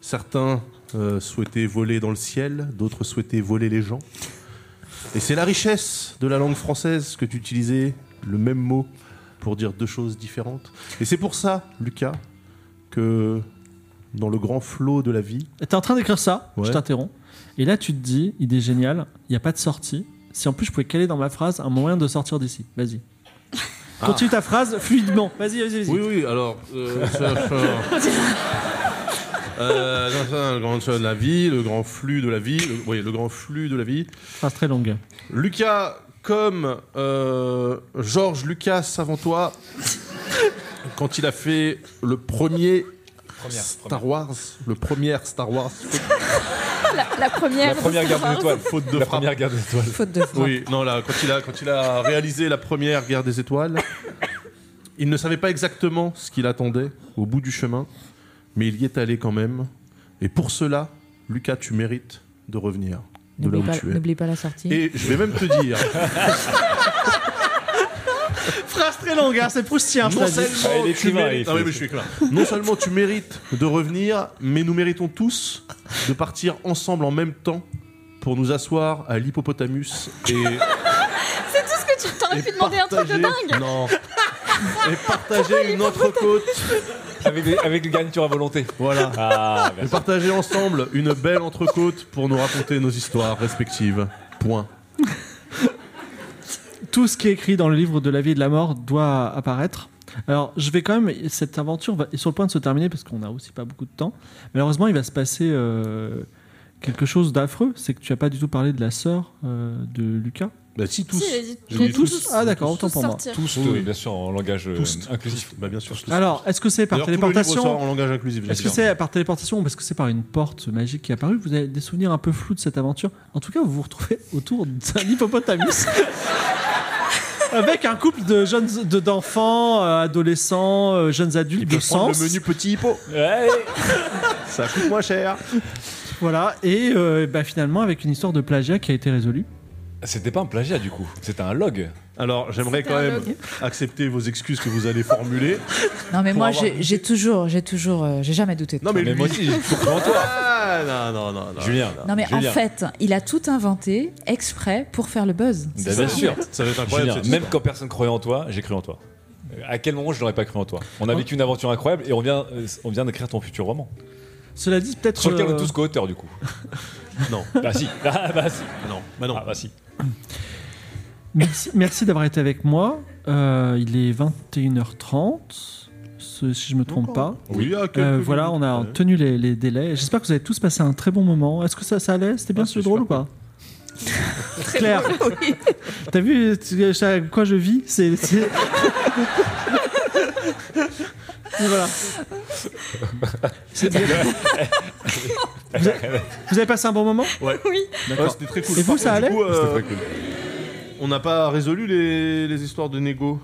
Speaker 5: Certains euh, souhaitaient voler dans le ciel, d'autres souhaitaient voler les gens. Et c'est la richesse de la langue française que d'utiliser le même mot pour dire deux choses différentes. Et c'est pour ça, Lucas, que dans le grand flot de la vie,
Speaker 2: T'es en train d'écrire ça, je
Speaker 5: Ouais.
Speaker 2: t'interromps. Et là, tu te dis, idée géniale, il n'y a pas de sortie. Si en plus je pouvais caler dans ma phrase un moyen de sortir d'ici. Vas-y. Continue ta phrase fluidement. Vas-y, vas-y, vas-y.
Speaker 5: Ah. Oui, oui, alors. Euh, ça, ça- Euh, non, ça, le grand choix de la vie, le grand flux de la vie, le, oui, le grand flux de la vie.
Speaker 2: Phrase très longue.
Speaker 5: Lucas, comme euh, Georges Lucas avant toi, quand il a fait le premier
Speaker 3: Première,
Speaker 5: Star Wars, le premier Star Wars,
Speaker 4: La, la première.
Speaker 3: La première guerre des étoiles.
Speaker 5: faute de
Speaker 3: La
Speaker 5: frappe.
Speaker 3: première guerre des étoiles.
Speaker 6: Faute de frappe.
Speaker 5: Oui, non, là, quand il, a, quand il a réalisé la première guerre des étoiles, il ne savait pas exactement ce qu'il attendait au bout du chemin, mais il y est allé quand même. Et pour cela, Lucas, tu mérites de revenir de là
Speaker 6: N'oublie
Speaker 5: où
Speaker 6: pas,
Speaker 5: tu es.
Speaker 6: n'oublie pas la sortie.
Speaker 5: Et je vais même te dire,
Speaker 2: Phrase très longue, hein, c'est proustien. je
Speaker 5: non
Speaker 2: te l'ai dit.
Speaker 3: Ah, il
Speaker 5: seulement,
Speaker 3: est
Speaker 5: tu
Speaker 3: écrivain,
Speaker 5: mérites...
Speaker 3: il
Speaker 5: Ah oui,
Speaker 3: fait-
Speaker 5: mais je suis écrivain. non seulement tu mérites de revenir, mais nous méritons tous de partir ensemble en même temps pour nous asseoir à l'hippopotamus
Speaker 4: [laughs]
Speaker 5: et
Speaker 4: C'est tout ce que tu t'aurais
Speaker 5: et
Speaker 4: pu demander un truc de
Speaker 5: partager-
Speaker 4: dingue. [laughs]
Speaker 5: Non. Et partager une entrecôte.
Speaker 3: Avec, des, avec des garnitures à volonté.
Speaker 5: Voilà.
Speaker 3: Ah,
Speaker 5: Et partager ensemble une belle entrecôte pour nous raconter nos histoires respectives. Point.
Speaker 2: Tout ce qui est écrit dans le livre de la vie et de la mort doit apparaître. Alors, je vais quand même. Cette aventure va- est sur le point de se terminer parce qu'on n'a aussi pas beaucoup de temps. Malheureusement, il va se passer euh, quelque chose d'affreux. C'est que tu n'as pas du tout parlé de la sœur euh, de Lucas.
Speaker 5: Bah, si, tous.
Speaker 4: Si, elle a dit
Speaker 3: J'ai dit
Speaker 4: tous-
Speaker 3: tous.
Speaker 2: Ah, d'accord, autant
Speaker 4: tous
Speaker 2: pour moi.
Speaker 4: sortir.
Speaker 3: Tous,
Speaker 5: Oui,
Speaker 3: euh,
Speaker 5: oui.
Speaker 3: bien sûr, en langage euh,
Speaker 5: Tous.
Speaker 3: inclusif.
Speaker 5: Bah, bien sûr, tous.
Speaker 2: Alors, est-ce que c'est par
Speaker 5: D'ailleurs, tout le livre sort
Speaker 2: téléportation
Speaker 5: en langage inclusif.
Speaker 2: Est-ce que
Speaker 5: j'espère.
Speaker 2: c'est par téléportation ou est-ce que c'est par une porte magique qui est apparue Vous avez des souvenirs un peu flous de cette aventure. En tout cas, vous vous retrouvez [laughs] autour d'un hippopotamus. [laughs] Avec un couple de jeunes de- d'enfants, euh, adolescents, euh, jeunes adultes
Speaker 5: Ils
Speaker 2: de
Speaker 5: peuvent prendre
Speaker 2: sens,
Speaker 5: le menu petit hippo. Ça coûte moins cher.
Speaker 2: voilà, et euh, bah, finalement avec une histoire de plagiat qui a été résolue.
Speaker 3: C'était pas un plagiat du coup, c'était un log.
Speaker 5: Alors, j'aimerais
Speaker 4: C'était
Speaker 5: quand
Speaker 4: un
Speaker 5: même
Speaker 4: log.
Speaker 5: accepter vos excuses que vous allez formuler.
Speaker 6: Non, mais
Speaker 5: Pour
Speaker 6: moi,
Speaker 5: avoir
Speaker 6: j'ai j'ai toujours, j'ai toujours, euh, j'ai jamais douté de
Speaker 5: Non,
Speaker 6: toi.
Speaker 5: mais,
Speaker 3: Mais
Speaker 5: lui-
Speaker 3: moi aussi, j'ai tout compris en toi.
Speaker 5: Ah, non, non, non, non.
Speaker 3: Julien.
Speaker 6: Non, mais en
Speaker 3: Julien.
Speaker 6: fait, il a tout inventé exprès pour faire le buzz.
Speaker 3: Bah,
Speaker 6: C'est
Speaker 3: bien
Speaker 6: ça.
Speaker 3: sûr.
Speaker 5: Ça va être incroyable.
Speaker 3: Julien,
Speaker 5: cette
Speaker 3: même quand personne croyait en toi, j'ai cru en toi. Euh, À quel moment je n'aurais pas cru en toi On a vécu une aventure incroyable et on vient, euh, on vient d'écrire ton futur roman.
Speaker 2: Cela dit, peut-être.
Speaker 3: Sur lequel on est
Speaker 2: euh,
Speaker 3: tous co-auteurs du coup.
Speaker 5: histoire. Non,
Speaker 3: Bah si, ah, bah si.
Speaker 5: non, bah non.
Speaker 3: Ah, bah si.
Speaker 2: Merci, merci d'avoir été avec moi. Euh, il est 21h30, ce- si je me trompe pas.
Speaker 5: Oui, ah, quelques
Speaker 2: Euh, voilà, on
Speaker 5: minutes.
Speaker 2: a
Speaker 5: Ouais.
Speaker 2: tenu les, les délais. J'espère que vous avez tous passé un très bon moment. Est-ce que ça, ça allait C'était bien
Speaker 5: Ah,
Speaker 2: ce
Speaker 5: c'est
Speaker 2: drôle ou
Speaker 5: super
Speaker 2: pas [laughs] Claire, t'as vu tu- je- à quoi je vis C'est.
Speaker 4: [laughs]
Speaker 2: c'est- Et voilà. C'est- vous, avez, vous avez passé un bon moment
Speaker 4: Oui.
Speaker 5: Ouais, c'était très cool.
Speaker 2: Et vous, ça
Speaker 5: contre, du
Speaker 2: allait
Speaker 5: coup, euh, On n'a pas résolu les, les histoires de négo.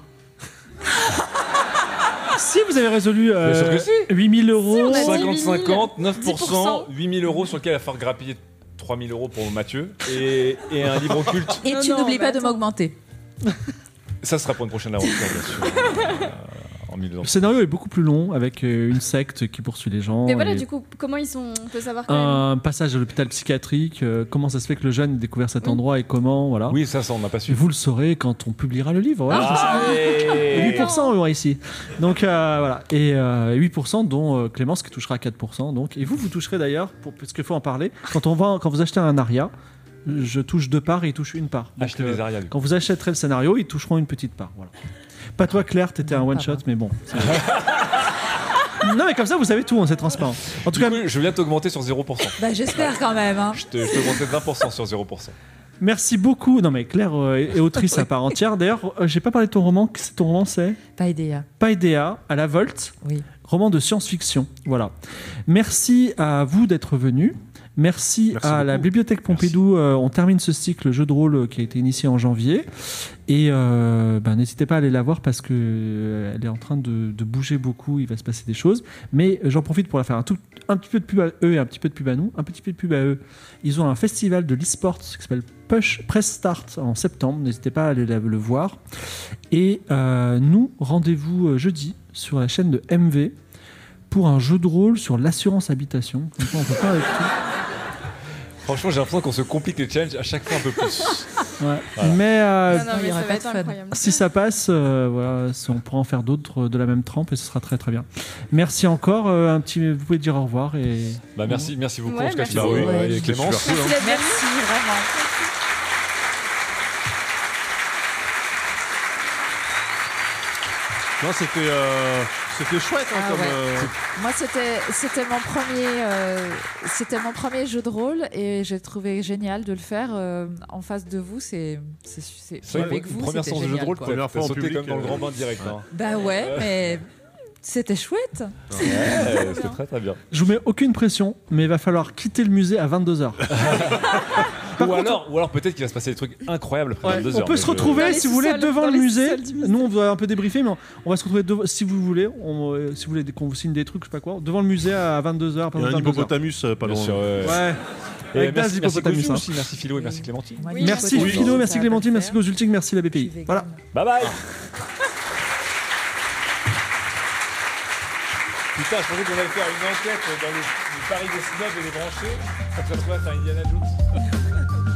Speaker 2: Si vous avez résolu euh,
Speaker 3: Bien sûr que si.
Speaker 2: 8000 euros,
Speaker 4: on a dit
Speaker 3: 50-50, 9%,
Speaker 4: 10%.
Speaker 3: 8000 euros sur lequel il va falloir grappiller 3000 euros pour Mathieu et, et un livre culte.
Speaker 6: Et
Speaker 4: Non,
Speaker 6: tu
Speaker 4: non,
Speaker 6: n'oublies
Speaker 4: mais
Speaker 6: pas de
Speaker 4: attends.
Speaker 6: m'augmenter.
Speaker 3: Ça sera pour une prochaine aventure, bien sûr. Euh, en mille ans.
Speaker 2: le scénario est beaucoup plus long avec euh, une secte qui poursuit les gens.
Speaker 4: Mais voilà,
Speaker 2: et-
Speaker 4: du coup, comment ils sont On peut savoir quand
Speaker 3: Euh,
Speaker 2: un
Speaker 4: même.
Speaker 2: passage à l'hôpital psychiatrique, euh, comment ça se fait que le jeune ait découvert cet
Speaker 4: Oui.
Speaker 2: endroit et comment, voilà.
Speaker 3: Oui, ça, ça, on n'a pas
Speaker 2: Et
Speaker 3: su.
Speaker 2: Vous le saurez quand on publiera le livre. voilà.
Speaker 3: Allez.
Speaker 2: 8% ouais, hein, ici. Donc euh, voilà. Et euh, 8% dont euh, Clémence qui touchera 4%. Donc. Et vous, vous toucherez d'ailleurs, pour- parce qu'il faut en parler, quand, on va, quand vous achetez un aria, je touche deux parts et il touche une part. Donc,
Speaker 3: Achetez
Speaker 2: euh,
Speaker 3: des Arias, du coup.
Speaker 2: quand vous achèterez le scénario, ils toucheront une petite part. Voilà. Pas toi, Claire, t'étais un
Speaker 6: Non, pas
Speaker 2: one-shot,
Speaker 6: moi.
Speaker 2: mais bon. [laughs] non, mais comme ça, vous savez tout, on c'est transparent. En tout
Speaker 3: Du
Speaker 2: cas,
Speaker 3: coup, je viens t'augmenter sur
Speaker 2: [laughs]
Speaker 3: 0%.
Speaker 6: Bah, j'espère quand même. hein.
Speaker 3: Je te- je t'augmente de 20% sur 0%.
Speaker 2: Merci beaucoup. Non mais Claire euh, est est autrice à part entière. D'ailleurs, euh, j'ai pas parlé de ton roman. Qu'est-ce que Ton roman c'est
Speaker 6: Pas idée. hein.
Speaker 2: Paideia à la Volte,
Speaker 6: Oui.
Speaker 2: roman de science-fiction. Voilà. Merci à vous d'être venus. Merci,
Speaker 5: Merci
Speaker 2: à
Speaker 5: beaucoup.
Speaker 2: la Bibliothèque Pompidou. Euh, on termine ce cycle jeu de rôle euh, qui a été initié en janvier. Et euh, ben, n'hésitez pas à aller la voir parce que euh, elle est en train de, de bouger beaucoup. Il va se passer des choses. Mais euh, j'en profite pour la faire un, tout, un petit peu de pub à eux et un petit peu de pub à nous. Un petit peu de pub à eux. Ils ont un festival de l'e-sport qui s'appelle Push Press Start en septembre. N'hésitez pas à aller la- le voir. Et euh, nous, rendez-vous euh, jeudi sur la chaîne de MV pour un jeu de rôle sur l'assurance habitation. Comme ça, on peut pas avec tout.
Speaker 3: Franchement, j'ai l'impression qu'on se complique les challenges à chaque fois un peu
Speaker 2: [laughs]
Speaker 3: plus.
Speaker 2: Ouais.
Speaker 3: Voilà.
Speaker 2: Mais euh,
Speaker 4: Non, non,
Speaker 6: il y
Speaker 4: mais
Speaker 6: aurait
Speaker 4: ça
Speaker 6: pas
Speaker 4: va
Speaker 6: de
Speaker 4: être
Speaker 6: fun.
Speaker 4: incroyable.
Speaker 2: si ça passe, euh, voilà, si on pourra en faire d'autres euh, de la même trempe et ce sera très très bien. Merci encore. euh, un petit, vous pouvez dire au revoir et
Speaker 3: Bah, merci, merci beaucoup
Speaker 4: Ouais,
Speaker 3: en tout cas,
Speaker 4: merci.
Speaker 3: Fibaro et-
Speaker 6: Ouais.
Speaker 3: et Clémence.
Speaker 5: Super cool, hein.
Speaker 6: Merci, vraiment.
Speaker 5: Non, c'était euh, c'était chouette. hein,
Speaker 6: Ah
Speaker 5: comme,
Speaker 6: ouais.
Speaker 5: euh,
Speaker 6: Moi, c'était c'était mon premier euh, c'était mon premier jeu de rôle et j'ai trouvé génial de le faire euh, en face de vous. C'est c'est- c'est
Speaker 3: C'est vrai que
Speaker 6: avec
Speaker 3: votre
Speaker 6: vous.
Speaker 3: première
Speaker 6: c'était
Speaker 3: séance de jeu de
Speaker 6: génial,
Speaker 3: rôle,
Speaker 6: quoi.
Speaker 5: quoi.
Speaker 3: t'as
Speaker 5: Première fois en
Speaker 3: sauté
Speaker 5: public,
Speaker 3: comme dans le
Speaker 5: euh,
Speaker 3: grand bain direct. hein.
Speaker 6: Bah ouais, mais c'était chouette.
Speaker 3: Ouais, C'était très très bien.
Speaker 2: je vous mets aucune pression, mais il va falloir quitter le musée à 22 h
Speaker 3: Ou alors, ou alors peut-être qu'il va se passer des trucs incroyables après
Speaker 2: Ouais,
Speaker 3: 22
Speaker 2: on
Speaker 3: heures,
Speaker 2: peut
Speaker 3: mais
Speaker 2: se
Speaker 3: je-
Speaker 4: Dans
Speaker 2: retrouver,
Speaker 4: les
Speaker 2: si vous voulez,
Speaker 4: sous-sols,
Speaker 2: devant
Speaker 4: dans
Speaker 2: le
Speaker 4: les
Speaker 2: musée.
Speaker 4: sous-sols du musée.
Speaker 2: Nous, on va un peu débriefer, mais on, on va se retrouver, devant- si vous voulez, on, euh, si vous voulez qu'on vous signe des trucs, je sais pas quoi, devant le musée à 22h.
Speaker 5: Il y a un hippopotamus euh, pas
Speaker 3: Bien
Speaker 5: loin.
Speaker 3: sûr, ouais.
Speaker 2: Ouais.
Speaker 3: Et
Speaker 2: Avec Daz,
Speaker 3: merci, merci
Speaker 2: Hippopotamus,
Speaker 3: Gozu
Speaker 2: hein.
Speaker 3: aussi, merci Philo et merci Clémentine.
Speaker 6: Moi,
Speaker 4: Oui,
Speaker 2: Merci
Speaker 6: l'hypothèse,
Speaker 2: Philo,
Speaker 6: ça
Speaker 2: merci
Speaker 6: va
Speaker 2: Clémentine,
Speaker 6: le
Speaker 2: merci
Speaker 6: faire.
Speaker 2: Gozultic, merci la
Speaker 6: Je suis
Speaker 2: BPI.
Speaker 6: végane.
Speaker 2: Voilà.
Speaker 3: Bye bye Putain, je pensais qu'on allait faire une enquête dans le, le Paris des snobs et des branchés. Ça se retrouve à faire Indiana Jones.